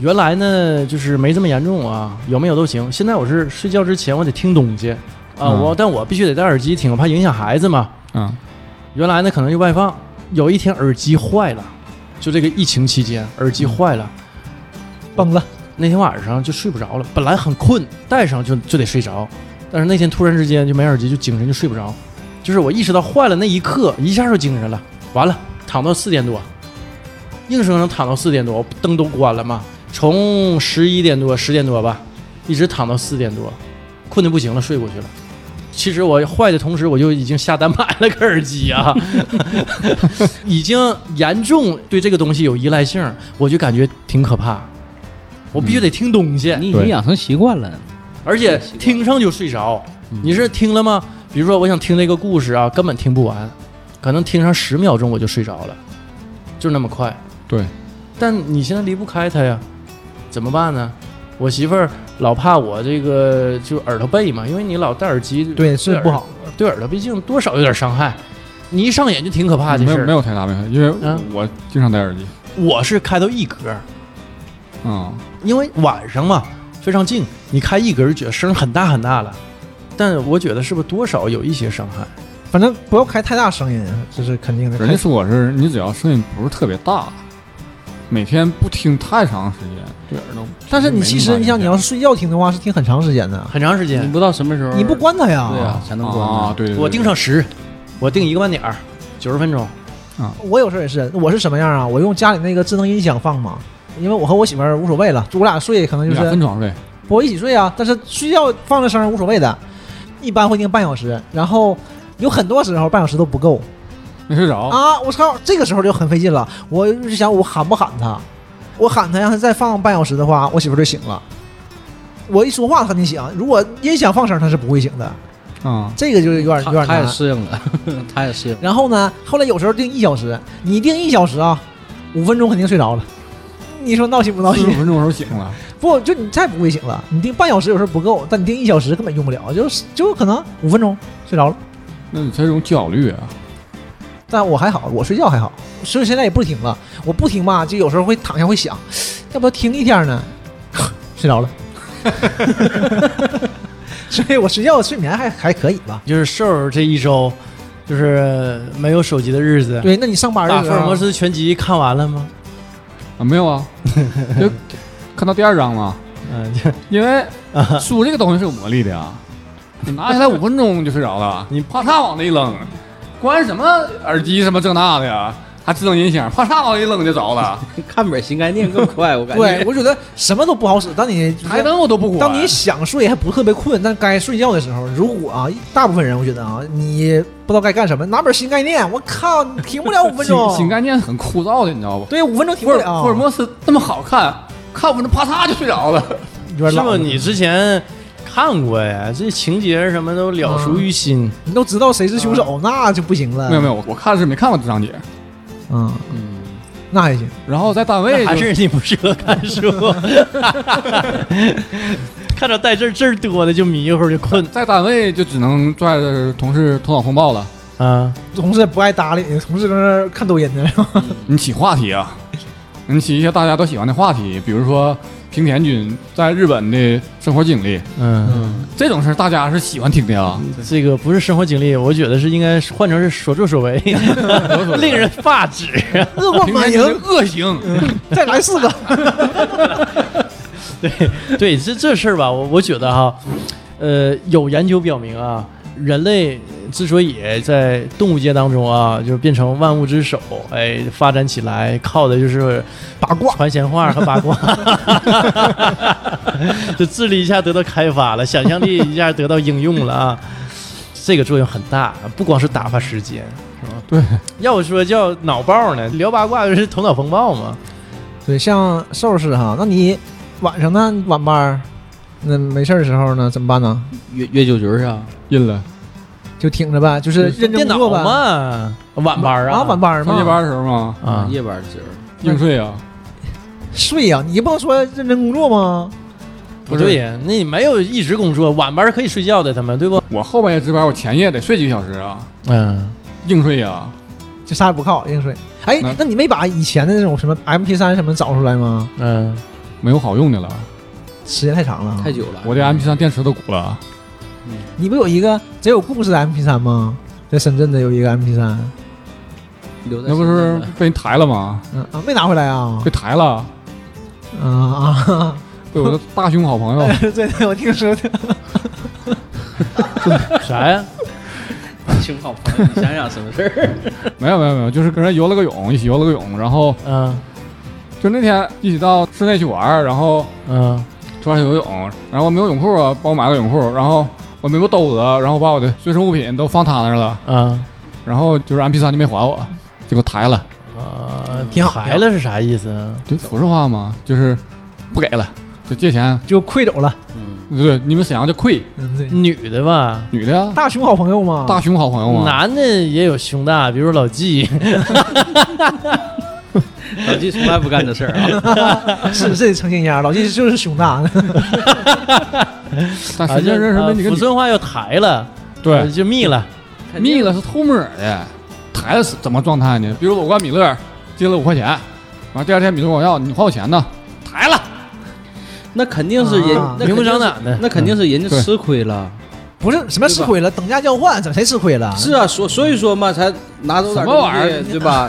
Speaker 1: 原来呢，就是没这么严重啊，有没有都行。现在我是睡觉之前我得听东西啊，
Speaker 3: 嗯
Speaker 1: 我但我必须得戴耳机听，我怕影响孩子嘛。
Speaker 3: 嗯，
Speaker 1: 原来呢可能就外放，有一天耳机坏了，就这个疫情期间耳机坏了，
Speaker 4: 嗯崩了。
Speaker 1: 那天晚上就睡不着了，本来很困，戴上就就得睡着，但是那天突然之间就没耳机，就精神就睡不着，就是我意识到坏了那一刻，一下就精神了，完了躺到四点多，硬生生躺到四点多，灯都关了嘛，从十一点多十点多吧，一直躺到四点多，困得不行了，睡过去了。其实我坏的同时，我就已经下单买了个耳机啊， (laughs) 已经严重对这个东西有依赖性，我就感觉挺可怕。我必须得听东西，
Speaker 2: 你已经
Speaker 3: 对
Speaker 2: 养成习惯了，
Speaker 1: 而且听上就睡着。
Speaker 3: 嗯
Speaker 1: 你是听了吗？比如说，我想听这个故事啊，根本听不完，可能听上十秒钟我就睡着了，就那么快。
Speaker 3: 对，
Speaker 1: 但你现在离不开它呀，怎么办呢？我媳妇儿老怕我这个就耳朵背嘛，因为你老戴耳机，
Speaker 4: 对，是不好。
Speaker 1: 对耳朵毕竟多少有点伤害。你一上眼就挺可怕的
Speaker 3: 没
Speaker 1: 事
Speaker 3: 有没
Speaker 1: 儿。
Speaker 3: 有太大问题，因为
Speaker 1: 嗯
Speaker 3: 我经常戴耳机，
Speaker 1: 我是开到一格，
Speaker 3: 嗯，
Speaker 1: 因为晚上嘛非常静，你开一格就觉得声很大很大了。但我觉得是不是多少有一些伤害？
Speaker 4: 反正不要开太大声音，这是肯定的。
Speaker 3: 人家说我是你只要声音不是特别大，每天不听太长时间，对耳朵。
Speaker 4: 但是你其实你想，你要
Speaker 3: 是
Speaker 4: 是睡觉听的话，是听很长时间的，
Speaker 1: 很长时
Speaker 2: 你
Speaker 1: 间。
Speaker 2: 不知道什么时候
Speaker 4: 你不关它呀。
Speaker 2: 嗯对呀、才能关
Speaker 3: 啊，
Speaker 2: 啊。
Speaker 3: 对对对，
Speaker 1: 我定上十，我定一个半点儿，九十分钟。
Speaker 4: 我有时候也是，我是什么样啊？我用家里那个智能音响放嘛，因为我和我媳妇儿无所谓了，就我俩睡可能就
Speaker 3: 俩
Speaker 4: 是
Speaker 3: 分床睡，
Speaker 4: 不会一起睡啊，但是睡觉放着声儿无所谓的，一般会定半小时，然后有很多时候半小时都不够
Speaker 3: 没睡着。
Speaker 4: 啊！我操，这个时候就很费劲了，我就想我喊不喊她，我喊她让她再放半小时的话，我媳妇儿就醒了。我一说话她就醒，如果音响放声儿她是不会醒的，
Speaker 3: 啊，
Speaker 4: 这个就有点有
Speaker 2: 哦他
Speaker 4: 点
Speaker 2: 他也
Speaker 4: 难。
Speaker 2: 适应 (laughs) 了，他也适应了。
Speaker 4: 然后呢，后来有时候定一小时，你定一小时啊，五分钟肯定睡着了。你说闹心不闹
Speaker 3: 四
Speaker 4: 心
Speaker 3: 十？分钟的时候醒了，
Speaker 4: 不，就你再不会醒了，你定半小时有时候不够，但你定一小时根本用不了，就是就可能五分钟睡着了。
Speaker 3: 那你这种焦虑啊，
Speaker 4: 但我还好，我睡觉还好，所以现在也不听了。我不听吧，就有时候会躺下会想，要不要听一天呢？ (laughs) 睡 (laughs) 着了。所以我睡觉睡眠还还可以吧。
Speaker 1: 就是瘦儿这一周，就是没有手机的日子。啊
Speaker 4: 对，那你上班
Speaker 1: 打
Speaker 4: 的
Speaker 1: 福
Speaker 4: 时
Speaker 1: 尔摩
Speaker 4: 候，
Speaker 1: 斯全集看完了吗？
Speaker 3: 啊没有啊，就看到第二章嘛，
Speaker 1: 嗯， (laughs) 就
Speaker 3: 因为
Speaker 1: 啊
Speaker 3: 书这个东西是有魔力的呀，你拿下来五分钟就睡着了，
Speaker 1: 你
Speaker 3: 啪嚓往那一扔，关什么耳机什么这那的呀，还智能音响，啪嚓往那一扔就着了，
Speaker 2: 看本新概念更 (laughs) 快，我感觉。
Speaker 4: 对我觉得什么都不好使。当你
Speaker 3: 台灯我都不管。
Speaker 4: 当你想睡还不特别困，但该睡觉的时候，如果啊，大部分人我觉得啊，你不知道该干什么，拿本新概念，我靠，你停不了五
Speaker 3: (laughs)
Speaker 4: 分
Speaker 3: 新
Speaker 4: 钟。
Speaker 3: 新概念很枯燥的，你知道不？
Speaker 4: 对，五分钟停
Speaker 3: 福
Speaker 4: 不
Speaker 3: 尔
Speaker 4: 了。
Speaker 3: 福尔摩斯那么好看，看五分钟啪嚓就睡着了。
Speaker 4: 有点
Speaker 1: 是
Speaker 4: 老
Speaker 1: 吗？
Speaker 4: 了
Speaker 1: 你之前看过呀？这情节什么都了熟于心。
Speaker 4: 你都知道谁是凶手，那就不行了。
Speaker 3: 嗯没有没有，我看是没看过这章节，
Speaker 4: 嗯，
Speaker 3: 嗯，
Speaker 4: 那还行。
Speaker 3: 然后在单位
Speaker 1: 那还
Speaker 3: 就是
Speaker 1: 你不适合看书， (laughs) 看着带字儿字儿多的就迷糊就困
Speaker 3: 在单位就只能拽着同事头脑风暴了。
Speaker 1: 啊。
Speaker 4: 同事不爱搭理你，同事搁那儿看抖音
Speaker 3: (laughs)
Speaker 4: 呢。
Speaker 3: 你起话题啊， (laughs) 你起一些大家都喜欢的话题，比如说平田君在日本的生活经历，
Speaker 1: 嗯，
Speaker 3: 这种事儿大家是喜欢听的啊。
Speaker 1: 这个不是生活经历，我觉得是应该换成是所作所为， (laughs) 令人发指。
Speaker 4: 恶贯
Speaker 3: 平
Speaker 4: 满
Speaker 3: 田君是
Speaker 4: 盈，
Speaker 3: 恶行，
Speaker 4: 再来四
Speaker 3: (laughs)
Speaker 4: 个。
Speaker 1: (laughs) 对，这这事儿吧，我我觉得哈，呃，有研究表明啊，人类之所以在动物界当中啊，就是变成万物之首，哎，发展起来靠的就是八卦、传闲话和八
Speaker 4: (laughs)
Speaker 1: 卦，就智力一下得到开发了，想象力一下得到应用了啊，这个作用很大，不光是打发时间。是吧？
Speaker 3: 对，
Speaker 1: (laughs) 要我说叫脑爆呢，聊八卦就是头脑风暴嘛。
Speaker 4: 对，像瘦是哈，那你晚上呢？晚班儿，那没事儿的时候呢，怎么办呢？
Speaker 2: 约约酒局儿去啊？
Speaker 3: 印了。
Speaker 4: 就挺着呗，就是认真
Speaker 1: 电脑
Speaker 4: 工作呗。
Speaker 1: 嘛，晚班儿
Speaker 4: 啊，晚班儿嘛，
Speaker 3: 上夜班的时候嘛，
Speaker 1: 啊，
Speaker 2: 夜班的时候，
Speaker 3: 硬睡啊，
Speaker 4: 睡呀、你不能说认真工作吗？
Speaker 1: 不对呀，那你没有一直工作，晚班可以睡觉的，他们对不？
Speaker 3: 我后半夜值班，我前夜得睡几个小时啊，
Speaker 1: 嗯，
Speaker 3: 硬睡啊。
Speaker 4: 就啥也不靠，硬睡。哎
Speaker 3: 那，
Speaker 4: 那你没把以前的那种什么 MP 3什么找出来吗？
Speaker 1: 嗯，
Speaker 3: 没有好用的了，
Speaker 4: 时间太长了。
Speaker 2: 太久了。
Speaker 3: 我的 MP 3电池都鼓了。
Speaker 4: 你不有一个贼有故事的 MP 3吗？在深圳的有一个 MP 3
Speaker 2: 留在
Speaker 3: 嗯那不
Speaker 2: 深
Speaker 3: 是
Speaker 2: (laughs) 圳了
Speaker 3: 被人抬了吗？
Speaker 4: 嗯啊，没拿回来啊
Speaker 3: 被抬了，
Speaker 4: 啊啊！
Speaker 3: 被我的大胸好朋友
Speaker 4: (laughs) 对对，我听说的。
Speaker 1: (laughs) 啥呀？
Speaker 2: 挺好朋友，你想想什么事儿？
Speaker 3: 没有没有没有，就是跟人游了个泳，一起游了个泳，然后
Speaker 1: 嗯
Speaker 3: 就那天一起到室内去玩儿，然后
Speaker 1: 嗯
Speaker 3: 突然游泳，然后我没有泳裤啊，帮我买个泳裤，然后我没有兜子，然后把我的随身物品都放他那儿了，
Speaker 1: 嗯
Speaker 3: 然后就是 M P 3就没还我，结果抬了，
Speaker 1: 啊，
Speaker 4: 挺好
Speaker 1: 排了是啥意思啊？
Speaker 3: 就抚顺话嘛，就是不给了，就借钱，
Speaker 4: 就愧走了。
Speaker 2: 嗯，
Speaker 3: 对，你们沈阳叫溃，
Speaker 4: 嗯，对，
Speaker 1: 女的吧，
Speaker 3: 女的呀，
Speaker 4: 大熊好朋友嘛，
Speaker 3: 大胸好朋友啊嘛，
Speaker 1: 男的也有胸大，比如说老纪，
Speaker 2: 老纪从来不干这事儿 (laughs) 啊。
Speaker 4: 是是成心眼，老纪就是胸大。 (laughs)
Speaker 1: (laughs) (laughs)
Speaker 3: 但
Speaker 1: 啊
Speaker 3: 实际
Speaker 1: 就
Speaker 3: 上认识
Speaker 1: 啊
Speaker 3: 的你跟
Speaker 1: 抚
Speaker 3: 你
Speaker 1: 顺话要抬了，呃
Speaker 3: 对
Speaker 1: 就密了，
Speaker 2: 嗯
Speaker 3: 密了是偷摸的，抬了是怎么状态呢？比如我管米勒借了五块钱，完第二天米勒管我要，你还我钱呢？抬了，
Speaker 2: 那肯定是人
Speaker 4: 啊，
Speaker 2: 那肯定是
Speaker 1: 明
Speaker 2: 啊
Speaker 1: 目张胆的
Speaker 2: 那肯定是人家
Speaker 3: 对
Speaker 2: 吃亏了。
Speaker 4: 不是什么吃亏了，等价交换，怎谁吃亏了？
Speaker 2: 是啊，所所以说嘛，才拿走点
Speaker 3: 什么玩意儿
Speaker 2: 东西对 (laughs) 吧？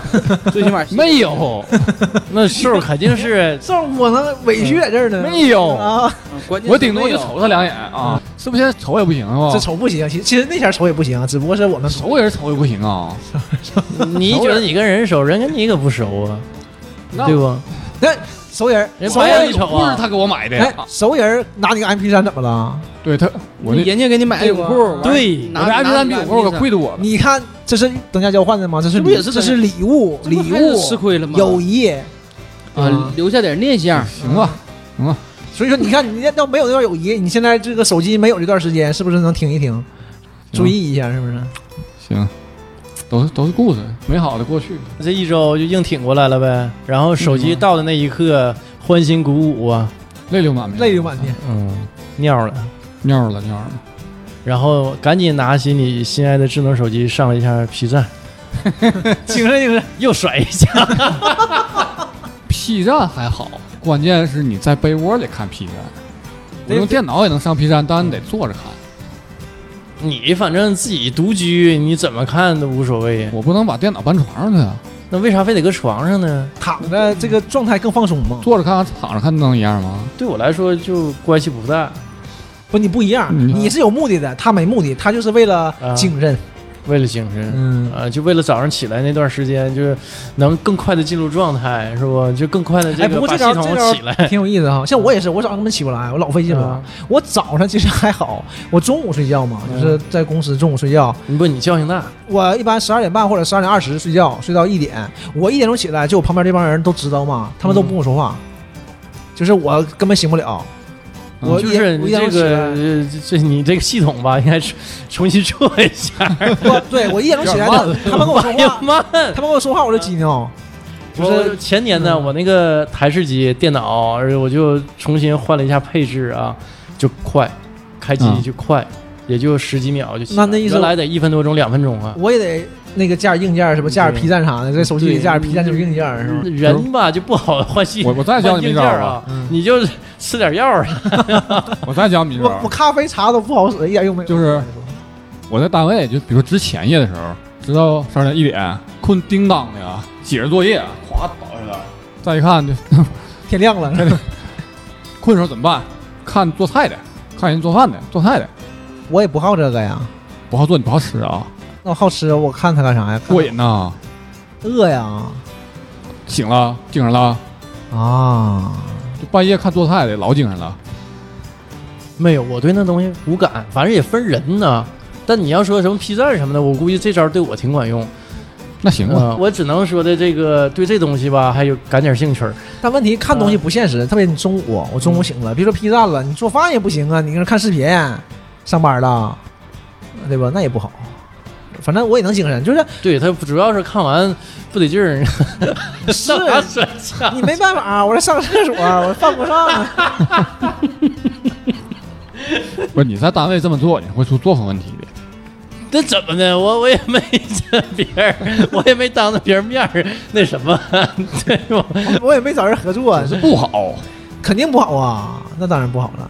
Speaker 2: 最起码是
Speaker 3: (laughs) 没
Speaker 4: (laughs)
Speaker 3: 有，
Speaker 1: (laughs) 那数肯定 (laughs) 是
Speaker 4: 这我能委屈在这儿呢？
Speaker 3: 没
Speaker 1: (laughs)
Speaker 3: 有，
Speaker 4: 啊，
Speaker 2: 关键是
Speaker 3: 我顶多
Speaker 2: 没
Speaker 3: 就
Speaker 2: 有
Speaker 3: 瞅他两眼啊，是不是？现在瞅也不行啊，
Speaker 4: 嗯这瞅不行，其实其实那前瞅也不行，啊只不过是我们
Speaker 3: 瞅也是瞅也不行啊。
Speaker 1: 你觉得你跟人熟，人跟你可不熟啊，
Speaker 3: 那
Speaker 1: 对不？
Speaker 4: 那熟人，
Speaker 1: 人
Speaker 4: 熟
Speaker 1: 朋友
Speaker 4: 人
Speaker 1: 一瞅
Speaker 3: 不是
Speaker 1: 啊，
Speaker 3: 他给我买的，
Speaker 4: 哎，熟人拿你个 MP 三怎么了？
Speaker 3: 对他，我那
Speaker 2: 人家给你买泳裤，完了
Speaker 1: 对
Speaker 3: 我这
Speaker 2: 拿
Speaker 3: M 三比
Speaker 2: 拿
Speaker 3: 我哥可贵得我了。
Speaker 4: 你看这是等价交换的吗？这是
Speaker 2: 这不
Speaker 4: 礼
Speaker 2: 也是
Speaker 4: 这是礼物，
Speaker 2: 这不
Speaker 4: 礼
Speaker 2: 还是
Speaker 4: 物
Speaker 2: 吃亏了吗？
Speaker 4: 友谊。
Speaker 2: 啊，留下点念想，
Speaker 3: 行啊吧，
Speaker 4: 所以说，你看，你要没有那段友谊，你现在这个手机没有这段时间，是不是能停一停，注意一下，是不
Speaker 2: 嗯
Speaker 4: 是？
Speaker 3: 行，都是都是故事，美好的过去。
Speaker 1: 这一周就硬挺过来了呗。然后手机到的那一刻，欢欣鼓舞啊，
Speaker 3: 泪流满面，
Speaker 4: 泪流满面，
Speaker 1: 嗯，尿了。
Speaker 3: 尿了尿了。
Speaker 1: 然后赶紧拿起你心爱的智能手机上了一下 P 站，
Speaker 4: 精神精神。
Speaker 1: 又甩一下。
Speaker 3: P 站还好，关键是你在被窝里看 P 站。我
Speaker 4: 对
Speaker 3: 用电脑也能上 P 站，但你得坐着看，
Speaker 1: (laughs) 你反正自己独居，你怎么看都无所谓。
Speaker 4: 嗯
Speaker 3: 我不能把电脑搬床上去啊。
Speaker 1: 那为啥非得搁床上呢？
Speaker 4: 躺着这个状态更放松
Speaker 2: 嗯
Speaker 4: 嘛？
Speaker 3: 坐着看和躺着看能一样吗？
Speaker 1: 对我来说就关系不大。
Speaker 4: 不，你不一样，
Speaker 3: 嗯
Speaker 4: 你是有目的的，他没目的，他就是为了
Speaker 1: 啊
Speaker 4: 精神。
Speaker 1: 为了精神，
Speaker 4: 嗯，
Speaker 1: 啊，就为了早上起来那段时间，就是能更快的进入状态，是不？就更快的这
Speaker 4: 哎不
Speaker 1: 个
Speaker 4: 过
Speaker 1: 把
Speaker 4: 这
Speaker 1: 系
Speaker 4: 招
Speaker 1: 统
Speaker 4: 这招
Speaker 1: 起
Speaker 2: 哎
Speaker 1: 来。
Speaker 4: 挺有意思哈。像我也是，我早上根本起不来，我老费劲了
Speaker 1: 啊。
Speaker 4: 我早上其实还好，我中午睡觉嘛，
Speaker 1: 嗯
Speaker 4: 就是在公司中午睡觉。
Speaker 1: (laughs) 你不，你叫性大，
Speaker 4: 我一般十二点半或者十二点二十睡觉，睡到一点。我一点钟起来，就我旁边这帮人都知道嘛，他们都不跟我说话，就是我根本醒不了。
Speaker 3: 嗯
Speaker 4: 我
Speaker 1: 嗯就
Speaker 4: 一
Speaker 1: 是
Speaker 4: 我
Speaker 1: 你
Speaker 4: 一
Speaker 1: 这
Speaker 4: 点钟起
Speaker 1: 个 (laughs)
Speaker 4: 来，
Speaker 1: 呃这这你这个系统吧，应该是重新做一下。
Speaker 4: 我哦对我一点钟起来，他们跟
Speaker 1: (laughs)
Speaker 4: 我说
Speaker 1: 哎呀
Speaker 4: 话，
Speaker 1: 妈！
Speaker 4: 他们跟我说话我就激尿。就
Speaker 1: 我
Speaker 4: 是
Speaker 1: 前年呢，
Speaker 4: 嗯
Speaker 1: 我那个台式机电脑，而且我就重新换了一下配置啊，就快，开机
Speaker 3: 嗯
Speaker 1: 就快，也就十几秒就起来。
Speaker 4: 那那意思
Speaker 1: 原来得一分多钟、两分钟啊。
Speaker 4: 我也得那个加点硬件儿，什么加点
Speaker 1: 对
Speaker 4: P 站啥的，在手机
Speaker 1: 嗯
Speaker 4: 里
Speaker 1: 对嗯
Speaker 4: 加点 P 站就是硬件儿，是吧？
Speaker 1: 人吧就不好换系
Speaker 3: 我我再教
Speaker 1: 换
Speaker 4: (laughs)
Speaker 3: 你们
Speaker 1: 硬
Speaker 3: 一
Speaker 1: 件
Speaker 3: 招
Speaker 1: 儿
Speaker 3: 吧，
Speaker 1: 啊，
Speaker 4: 嗯
Speaker 1: 你就吃点药啊。
Speaker 3: 我再教你们一
Speaker 4: 我 (laughs)
Speaker 3: 招。
Speaker 4: 我
Speaker 3: 啊
Speaker 4: 咖啡茶都不好使，一点用没有。
Speaker 3: 就是我在单位，就比如说值前夜的时候，直到十二点一点，困叮当的啊，写着作业，咵倒下来，再一看就
Speaker 4: 天亮了，
Speaker 3: 困的时候怎么办？看做菜的，看人做饭的，做菜的
Speaker 4: 我也不好这个呀。
Speaker 3: 不好做，你不好吃 (laughs) 啊，
Speaker 4: 那我好吃，我看它干啥呀？看
Speaker 3: 过瘾呐！
Speaker 4: 饿呀
Speaker 3: 醒了，精神了，
Speaker 4: 啊！
Speaker 3: 就半夜看做菜的，老精神 (laughs) 了。
Speaker 1: 没有，我对那东西无感，反正也分人呢。但你要说什么 P 站什么的，我估计这招对我挺管用。
Speaker 3: 那行吧，
Speaker 1: 嗯我只能说的这个对这东西吧，还有感点兴趣儿。
Speaker 4: 但问题看东西不现实，特别你中午，我中午醒了，别说 P 站了，你做饭也不行啊，你搁那看视频，上班了，对吧？那也不好。反正我也能精神，就是
Speaker 1: 对他主要是看完不得劲儿， (laughs)
Speaker 4: 是
Speaker 1: 上哪甩下？
Speaker 4: 你没办法，我这上个厕所，我犯不上。啊
Speaker 3: 不是你在单位这么做，你会出作风问题的。
Speaker 1: 那怎么的？我我也没这别人，我也没当着别人面儿那什么， (laughs) 对吧？
Speaker 4: 我也没找人合作，
Speaker 3: 这不好，
Speaker 4: 肯定不好啊，那当然不好了。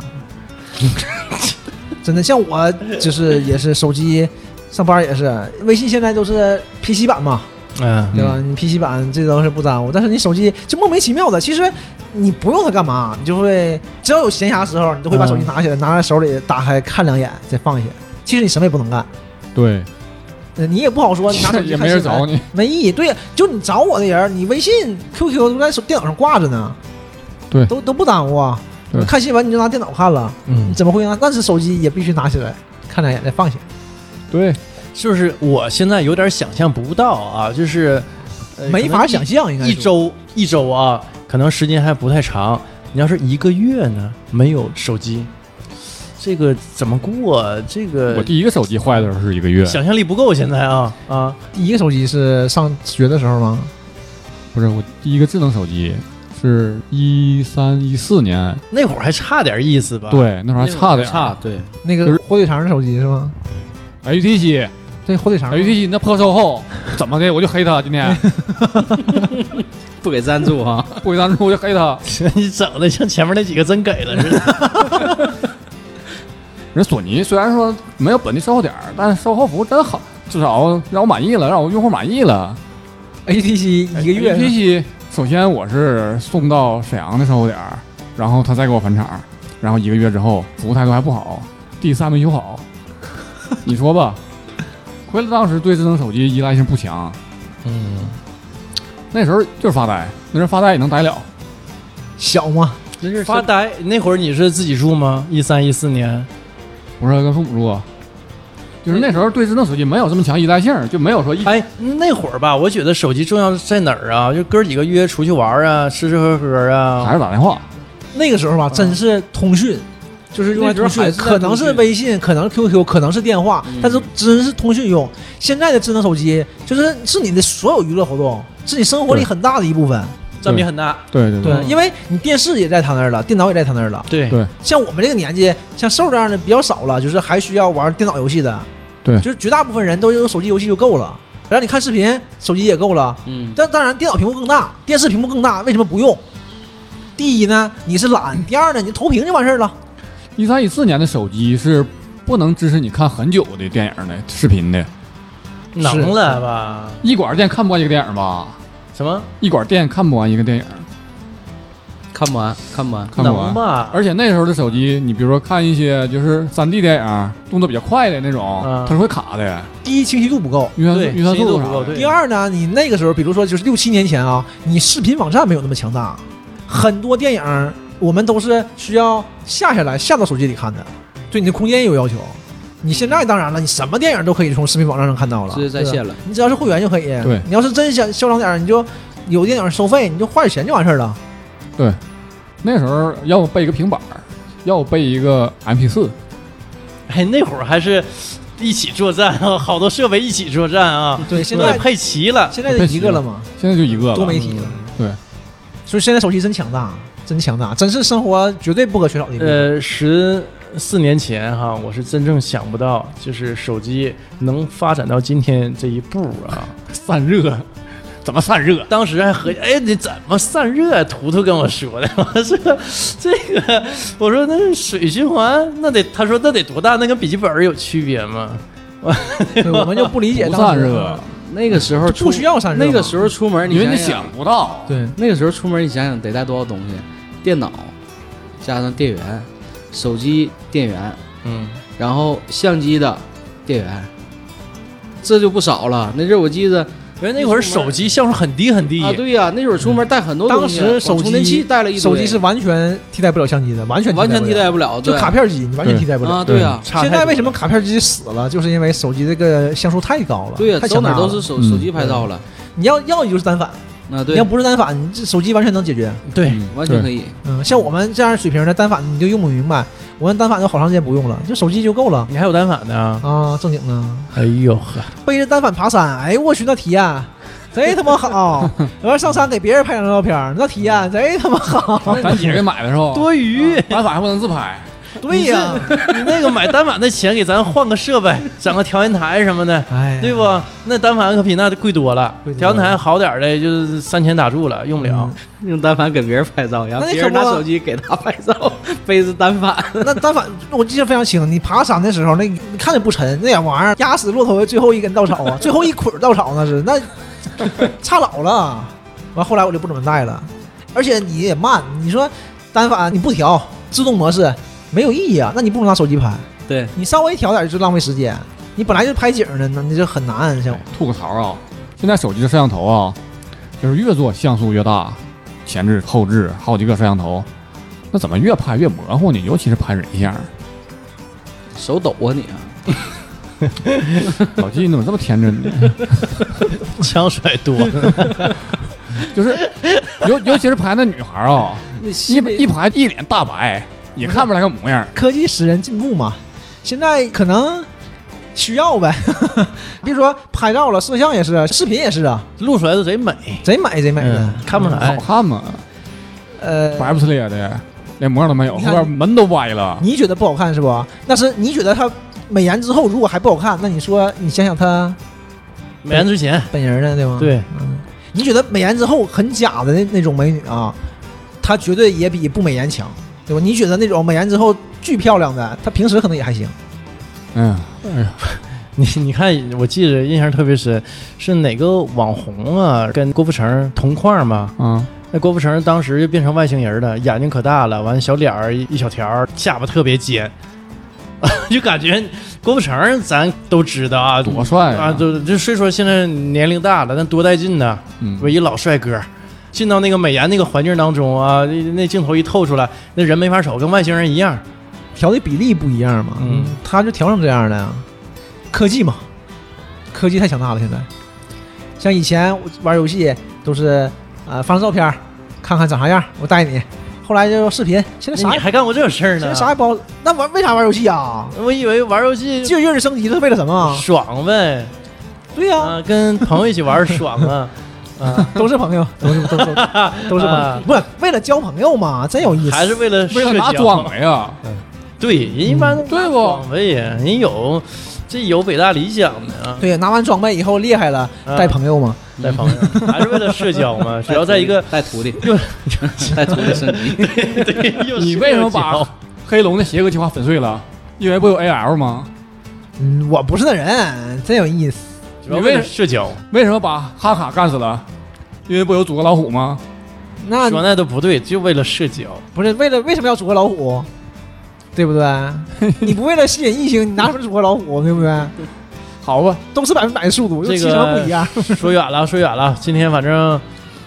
Speaker 4: 真的，像我就是也是手机上班也是，微信现在都是 PC 版嘛，
Speaker 1: 嗯，
Speaker 4: 对吧？你 PC 版这都是不耽误，但是你手机就莫名其妙的，其实你不用它干嘛，你就会只要有闲暇时候，你就会把
Speaker 3: 嗯
Speaker 4: 手机拿起来，拿在手里打开看两眼，再放下。其实你什么也不能干，
Speaker 3: 对，
Speaker 4: 呃你也不好说你拿手机
Speaker 3: 也
Speaker 4: 看
Speaker 3: 没人
Speaker 4: 新闻
Speaker 3: 找你。
Speaker 4: 没意义。对，啊就你找我的人，你微信、QQ 都在手电脑上挂着呢，
Speaker 3: 对
Speaker 4: 都都不耽误啊。
Speaker 3: 对
Speaker 4: 你看新闻你就拿电脑看了，你
Speaker 1: 嗯，
Speaker 4: 怎么会呢？啊但是手机也必须拿起来看两眼再放下。
Speaker 3: (laughs) 对，
Speaker 1: 就是我现在有点想象不到啊，就是、
Speaker 3: 哎
Speaker 1: 呃
Speaker 4: 没法想
Speaker 1: 象。
Speaker 4: 象，应该
Speaker 1: 一
Speaker 4: 说
Speaker 1: 周一周啊，可能时间还不太长。你要是一个月呢，没有手机，这个怎么过啊？这
Speaker 3: 我
Speaker 1: 个
Speaker 3: 第一个手机坏的时候是一个月，
Speaker 1: 想象力不够，现在啊啊！
Speaker 4: 第一个手机是上学的时候吗？
Speaker 3: 不是我第一个智能手机是一三一四年，
Speaker 1: 那会儿还差点意思吧？，
Speaker 3: 对，那时候还差点儿
Speaker 2: 差对，
Speaker 1: (laughs)
Speaker 4: 那
Speaker 3: 就
Speaker 4: 个
Speaker 3: 是
Speaker 4: 火腿肠的手机是吗？
Speaker 3: 哎 HTC
Speaker 4: 对，火腿肠。
Speaker 3: HTC 那破售后怎么的，我就黑他，今 (laughs) 天
Speaker 2: (laughs) 不给赞助哈。
Speaker 3: 不给赞助我就黑他。
Speaker 1: 你整的像前面那几个真给了似的。
Speaker 3: 人索尼虽然说没有本地售后点儿，但是售后服务真好，至少让我满意了，让我用户满意了。
Speaker 4: ，HTC 一个月
Speaker 3: APC 首先我是送到沈阳的售后点儿，然后他再给我返厂，然后一个月之后服务态度还不好，第三没修好，你说吧， (laughs) 亏了当时对智能手机依赖性不强，
Speaker 1: 嗯，
Speaker 3: 那时候就是发呆，那时候发呆也能呆了。
Speaker 4: 小嘛，
Speaker 1: 那是 (laughs) 发呆。那会儿你是自己住吗？一三一四年，
Speaker 3: 不是跟父母住啊，就是那时候对智能手机没有这么强依赖性，就没有说一
Speaker 1: 哎，那会儿吧，我觉得手机重要在哪儿啊？就哥几个约出去玩儿啊，吃吃喝喝啊，
Speaker 3: 还是打电话。
Speaker 4: 那个时候吧，真是通讯。就是用来
Speaker 2: 嗯那时候
Speaker 4: 通
Speaker 2: 还
Speaker 4: 讯，
Speaker 2: 是在
Speaker 4: 可能
Speaker 2: 通
Speaker 4: 是
Speaker 2: 讯
Speaker 4: 微信，可能是 QQ，可能是电话
Speaker 2: 嗯，
Speaker 4: 但是真是通讯用。现在的智能手机就是是你的所有娱乐活动，是你生活里
Speaker 3: 对
Speaker 4: 很大的一部分。
Speaker 1: 占比很大。
Speaker 3: 对对
Speaker 4: 对
Speaker 1: 嗯，
Speaker 4: 因为你电视也在他那儿了，电脑也在他那儿了。
Speaker 1: 对
Speaker 3: 对
Speaker 4: 像我们这个年纪，像瘦这样的比较少了，就是还需要玩电脑游戏的。
Speaker 3: 对
Speaker 4: 就是绝大部分人都有手机游戏就够了，然后你看视频，手机也够了。
Speaker 2: 嗯，
Speaker 4: 但当然，电脑屏幕更大，电视屏幕更大，为什么不用？第一呢，你是懒；
Speaker 2: 嗯
Speaker 4: 第二呢，你投屏就完事儿了。
Speaker 3: 一三一四年的手机是不能支持你看很久的电影的视频的，
Speaker 1: 能了吧？
Speaker 3: 一管店看不完一个电影吧？
Speaker 1: 什么
Speaker 3: 一管店看不完一个电影，
Speaker 2: (laughs) 看不完，看不完。
Speaker 3: 看啊不
Speaker 1: 能
Speaker 3: 完。
Speaker 1: 吧？
Speaker 3: 而且那时候的手机，你比如说看一些就是三 D 电影，动作比较快的那种，
Speaker 1: 嗯
Speaker 3: 它是会卡的，
Speaker 4: 第一，清晰度不够；
Speaker 3: 运
Speaker 1: 对
Speaker 3: 算运算
Speaker 1: 信息
Speaker 3: 速
Speaker 1: 度
Speaker 3: 度
Speaker 1: 不够
Speaker 3: 啥的
Speaker 1: 对。
Speaker 4: 第二呢，你那个时候，比如说就是六七年前啊，你视频网站没有那么强大，很多电影我们都是需要下下来下到手机里看的，对你的空间也有要求。你现在当然了，你什么电影都可以从视频网站上看到了，
Speaker 2: 直接在
Speaker 4: 嗯对吧啊
Speaker 2: 线了，
Speaker 4: 你只要是会员就可以。
Speaker 3: 对
Speaker 4: 你要是真想嚣张点儿，你就有电影收费，你就花点钱就完事儿了。
Speaker 3: 那时候要我备一个平板儿，要我备一个 MP 四，
Speaker 1: 哎，那会儿还是一起作战 (laughs) 啊，好多设备一起作战啊，
Speaker 2: 嗯
Speaker 4: 对，
Speaker 1: 现
Speaker 4: 现
Speaker 1: 在
Speaker 4: 在
Speaker 1: 配齐了。
Speaker 4: 现在就一个了嘛，
Speaker 3: 现在就一个了。
Speaker 4: 多媒体了。
Speaker 3: 对，
Speaker 4: 所以现在手机真强大，真强大，真是生活绝对不可缺少的一部分。
Speaker 1: 呃，十四年前哈，我是真正想不到，就是手机能发展到今天这一步啊！
Speaker 3: 散热，怎么散热？
Speaker 1: 当时还合计，哎，你怎么散热、啊？图图跟我说的， (laughs) 我说这个，我说那是水循环，那得他说那得多大？那跟笔记本儿有区别吗？
Speaker 2: 呃
Speaker 4: 对我们就不理解
Speaker 2: (laughs)
Speaker 3: 不
Speaker 4: 当
Speaker 3: 散
Speaker 4: 时
Speaker 3: 热，
Speaker 2: 那个时候
Speaker 4: 就不需要散热嘛
Speaker 2: 那个时候出门，
Speaker 3: 因为你
Speaker 2: 你
Speaker 3: 想，不到。
Speaker 4: 对
Speaker 2: 那个时候出门你想想得带多少东西？电脑，加上电源，手机电源，
Speaker 1: 嗯，
Speaker 2: 然后相机的电源，这就不少了。那阵儿我记得
Speaker 1: 因为那会儿手机像素很低很低，
Speaker 2: 啊，对呀、那会儿出门带很多东西，
Speaker 4: 嗯
Speaker 2: 啊
Speaker 4: 当时手
Speaker 2: 往充电
Speaker 4: 机
Speaker 2: 器带了一堆，
Speaker 4: 手机是完全替代不了相机的，完全
Speaker 2: 完全替
Speaker 4: 不了，
Speaker 2: 代不了，
Speaker 4: 就
Speaker 2: 对
Speaker 4: 卡片机你完全
Speaker 3: 对
Speaker 4: 替代不了。
Speaker 2: 啊，对呀、
Speaker 1: 差太
Speaker 4: 现
Speaker 1: 多
Speaker 4: 在为什么卡片机死了？就是因为手机这个像素太高了，
Speaker 2: 对呀、
Speaker 4: 嗯太
Speaker 2: 走
Speaker 4: 强
Speaker 2: 哪
Speaker 4: 大
Speaker 2: 儿都
Speaker 4: 了。
Speaker 2: 是手
Speaker 3: 嗯
Speaker 2: 手机拍照了，
Speaker 4: 你要要的就是单反，
Speaker 2: 啊，
Speaker 4: 你
Speaker 2: 对
Speaker 4: 要，不是单反，你这手机完全能解决。
Speaker 1: 对，
Speaker 3: 嗯
Speaker 2: 完全可
Speaker 3: 对
Speaker 2: 以。
Speaker 4: 嗯，像我们这样水平的单反，你就用不明白。我们单反就好长时间不用了，就手机就够了
Speaker 1: 你还有单反呢？
Speaker 4: 啊，正经的。
Speaker 1: 哎呦呵，
Speaker 4: 背着单反爬山，哎呦我去，那体验贼他妈好！完上山给别人拍张照片，那体验贼他妈好。
Speaker 3: 咱姐给买的时候，
Speaker 1: 多余。
Speaker 3: 单反还不能自拍，
Speaker 4: 对呀，
Speaker 1: 你 (laughs) 那个买单反的钱给咱换个设备，整个调音台什么的，
Speaker 4: 哎，
Speaker 1: 对不？那单反可比那贵多了
Speaker 4: 贵，多
Speaker 1: 调
Speaker 4: 了
Speaker 1: 音台好点儿的就是三千打住了，用不了。
Speaker 2: 用单反给别人拍照，然
Speaker 4: 后别人拿手
Speaker 2: 机给他拍照，背着单反。
Speaker 4: 那单反我记得非常清，你爬山的时候，那你看着不沉，那点玩意儿压死骆驼的最后一根稻草啊，最后一捆稻草那是，那差老了。完后来我就不怎么带了，而且你也慢，你说单反你不调自动模式没有意义啊，那你不如拿手机拍，
Speaker 2: 对，
Speaker 4: 你稍微调点就浪费时间，你本来就拍景儿呢，那那就很难像我。
Speaker 3: 吐个槽啊！现在手机的摄像头啊，就是越做像素越大，前置、后置好几个摄像头，那怎么越拍越模糊呢？尤其是拍人像，
Speaker 2: 手抖啊你啊！
Speaker 3: 老纪你怎么这么天真呢？
Speaker 1: (laughs)
Speaker 3: (laughs)
Speaker 1: 枪甩多，
Speaker 3: 就是尤尤其是拍那女孩啊，一一拍一脸大白，也看不出来个模样。
Speaker 4: 科技使人进步嘛，现在可能需要呗。 (laughs) 别说拍照了，摄像也是，视频也是啊，
Speaker 1: 录出来都贼美，
Speaker 4: 贼美贼美的。
Speaker 1: 嗯看不出
Speaker 3: 好
Speaker 1: 来。
Speaker 3: 看吗？
Speaker 4: 呃，
Speaker 3: 白不呲咧的，连模样都没有，
Speaker 4: 你
Speaker 3: 后
Speaker 4: 看
Speaker 3: 边门都歪了。
Speaker 4: 你觉得不好看是不？那是你觉得它美颜之后如果还不好看，那你说你想想它
Speaker 1: 美颜之前，
Speaker 4: 本人呢，对吗？，嗯
Speaker 1: 对， (laughs)
Speaker 4: 你觉得美颜之后很假的那那种美女啊，她绝对也比不美颜强。对吧？你觉得那种美颜之后巨漂亮的，她平时可能也还行。
Speaker 3: 嗯，
Speaker 1: 哎呀，你你看，我记着印象特别深，是哪个网红啊，跟郭富城同框嘛？
Speaker 4: 嗯
Speaker 3: 啊，
Speaker 1: 那郭富城当时就变成外星人了，眼睛可大了，完小脸儿一小条儿，下巴特别尖， (laughs) 就感觉郭富城咱都知道啊，
Speaker 3: 多帅
Speaker 1: 啊，就就虽说现在年龄大了，但多带劲呐！
Speaker 3: 嗯
Speaker 1: 我一老帅哥，进到那个美颜那个环境当中啊，那那镜头一透出来，那人没法瞅，跟外星人一样。
Speaker 4: 调的比例不一样嘛，
Speaker 1: 嗯，
Speaker 4: 他就调成这样的呀。科技嘛，科技太强大了，现在。像以前我玩游戏都是啊、呃发张照片，看看长啥样，我带你。后来就视频，现在啥
Speaker 1: 你
Speaker 4: 也
Speaker 1: 还干过这事儿
Speaker 4: 现在
Speaker 1: 呢？
Speaker 4: 啥也包。那玩为啥玩游戏啊？
Speaker 1: 我以为玩游戏
Speaker 4: 这月的升级是为了什么啊？
Speaker 1: 爽呗，
Speaker 4: 对呀、
Speaker 1: 啊，跟朋友一起玩爽
Speaker 3: (laughs)
Speaker 1: 啊，啊，
Speaker 4: 都是朋友， (laughs) 都是都都 (laughs) 都是朋友
Speaker 1: 啊，
Speaker 4: 不是为了交朋友嘛，真有意思。
Speaker 1: 还是为了
Speaker 3: 为了
Speaker 1: 社
Speaker 3: 拿
Speaker 4: 啊
Speaker 3: 啊
Speaker 1: 交
Speaker 3: 装的呀？
Speaker 1: 对，人一般
Speaker 3: 嗯对不
Speaker 1: 装备呀，人有这有北大理想的啊，
Speaker 4: 对，拿完装备以后厉害了，
Speaker 1: 啊
Speaker 4: 带朋友嘛。
Speaker 1: 带朋友，还是为了社交
Speaker 3: (laughs)
Speaker 1: 嘛，只要在一个
Speaker 2: 带徒弟
Speaker 1: 又，
Speaker 2: 带徒弟升级，
Speaker 1: 对，又
Speaker 3: (laughs) 你为什么
Speaker 1: 社
Speaker 3: 把
Speaker 1: 交
Speaker 3: 黑龙的邪恶计划粉碎了？因为不有 AL 吗？
Speaker 4: 嗯，我不是那人，真有意思。
Speaker 1: 主要为了社交？
Speaker 3: 为什么把哈卡干死了？因为不有祖国老虎吗？
Speaker 4: 那
Speaker 1: 说那都不对，就为了社
Speaker 3: (laughs)
Speaker 1: 交。
Speaker 4: 不是为了为什么要组合老虎，对不 (laughs) 对？你不为了吸引异性，你拿什么组合老虎，对不对？
Speaker 3: 好吧，
Speaker 4: 都是百分之百的速度，又
Speaker 1: 这
Speaker 4: 骑
Speaker 1: 个
Speaker 4: 什么不一样？
Speaker 1: 说远了，说远了，今天反正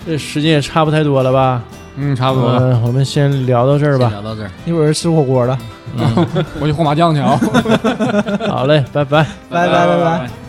Speaker 1: 这时间也差不太多了吧？
Speaker 3: 嗯，差
Speaker 1: 差
Speaker 3: 不多了，
Speaker 1: 我们先聊到这儿
Speaker 3: (laughs)
Speaker 1: 吧。
Speaker 2: 聊到这儿，
Speaker 4: 一会儿吃火锅了，
Speaker 2: 嗯
Speaker 3: 我去和麻将去啊。
Speaker 1: 好嘞，拜拜。
Speaker 4: 拜拜拜拜。
Speaker 2: 拜。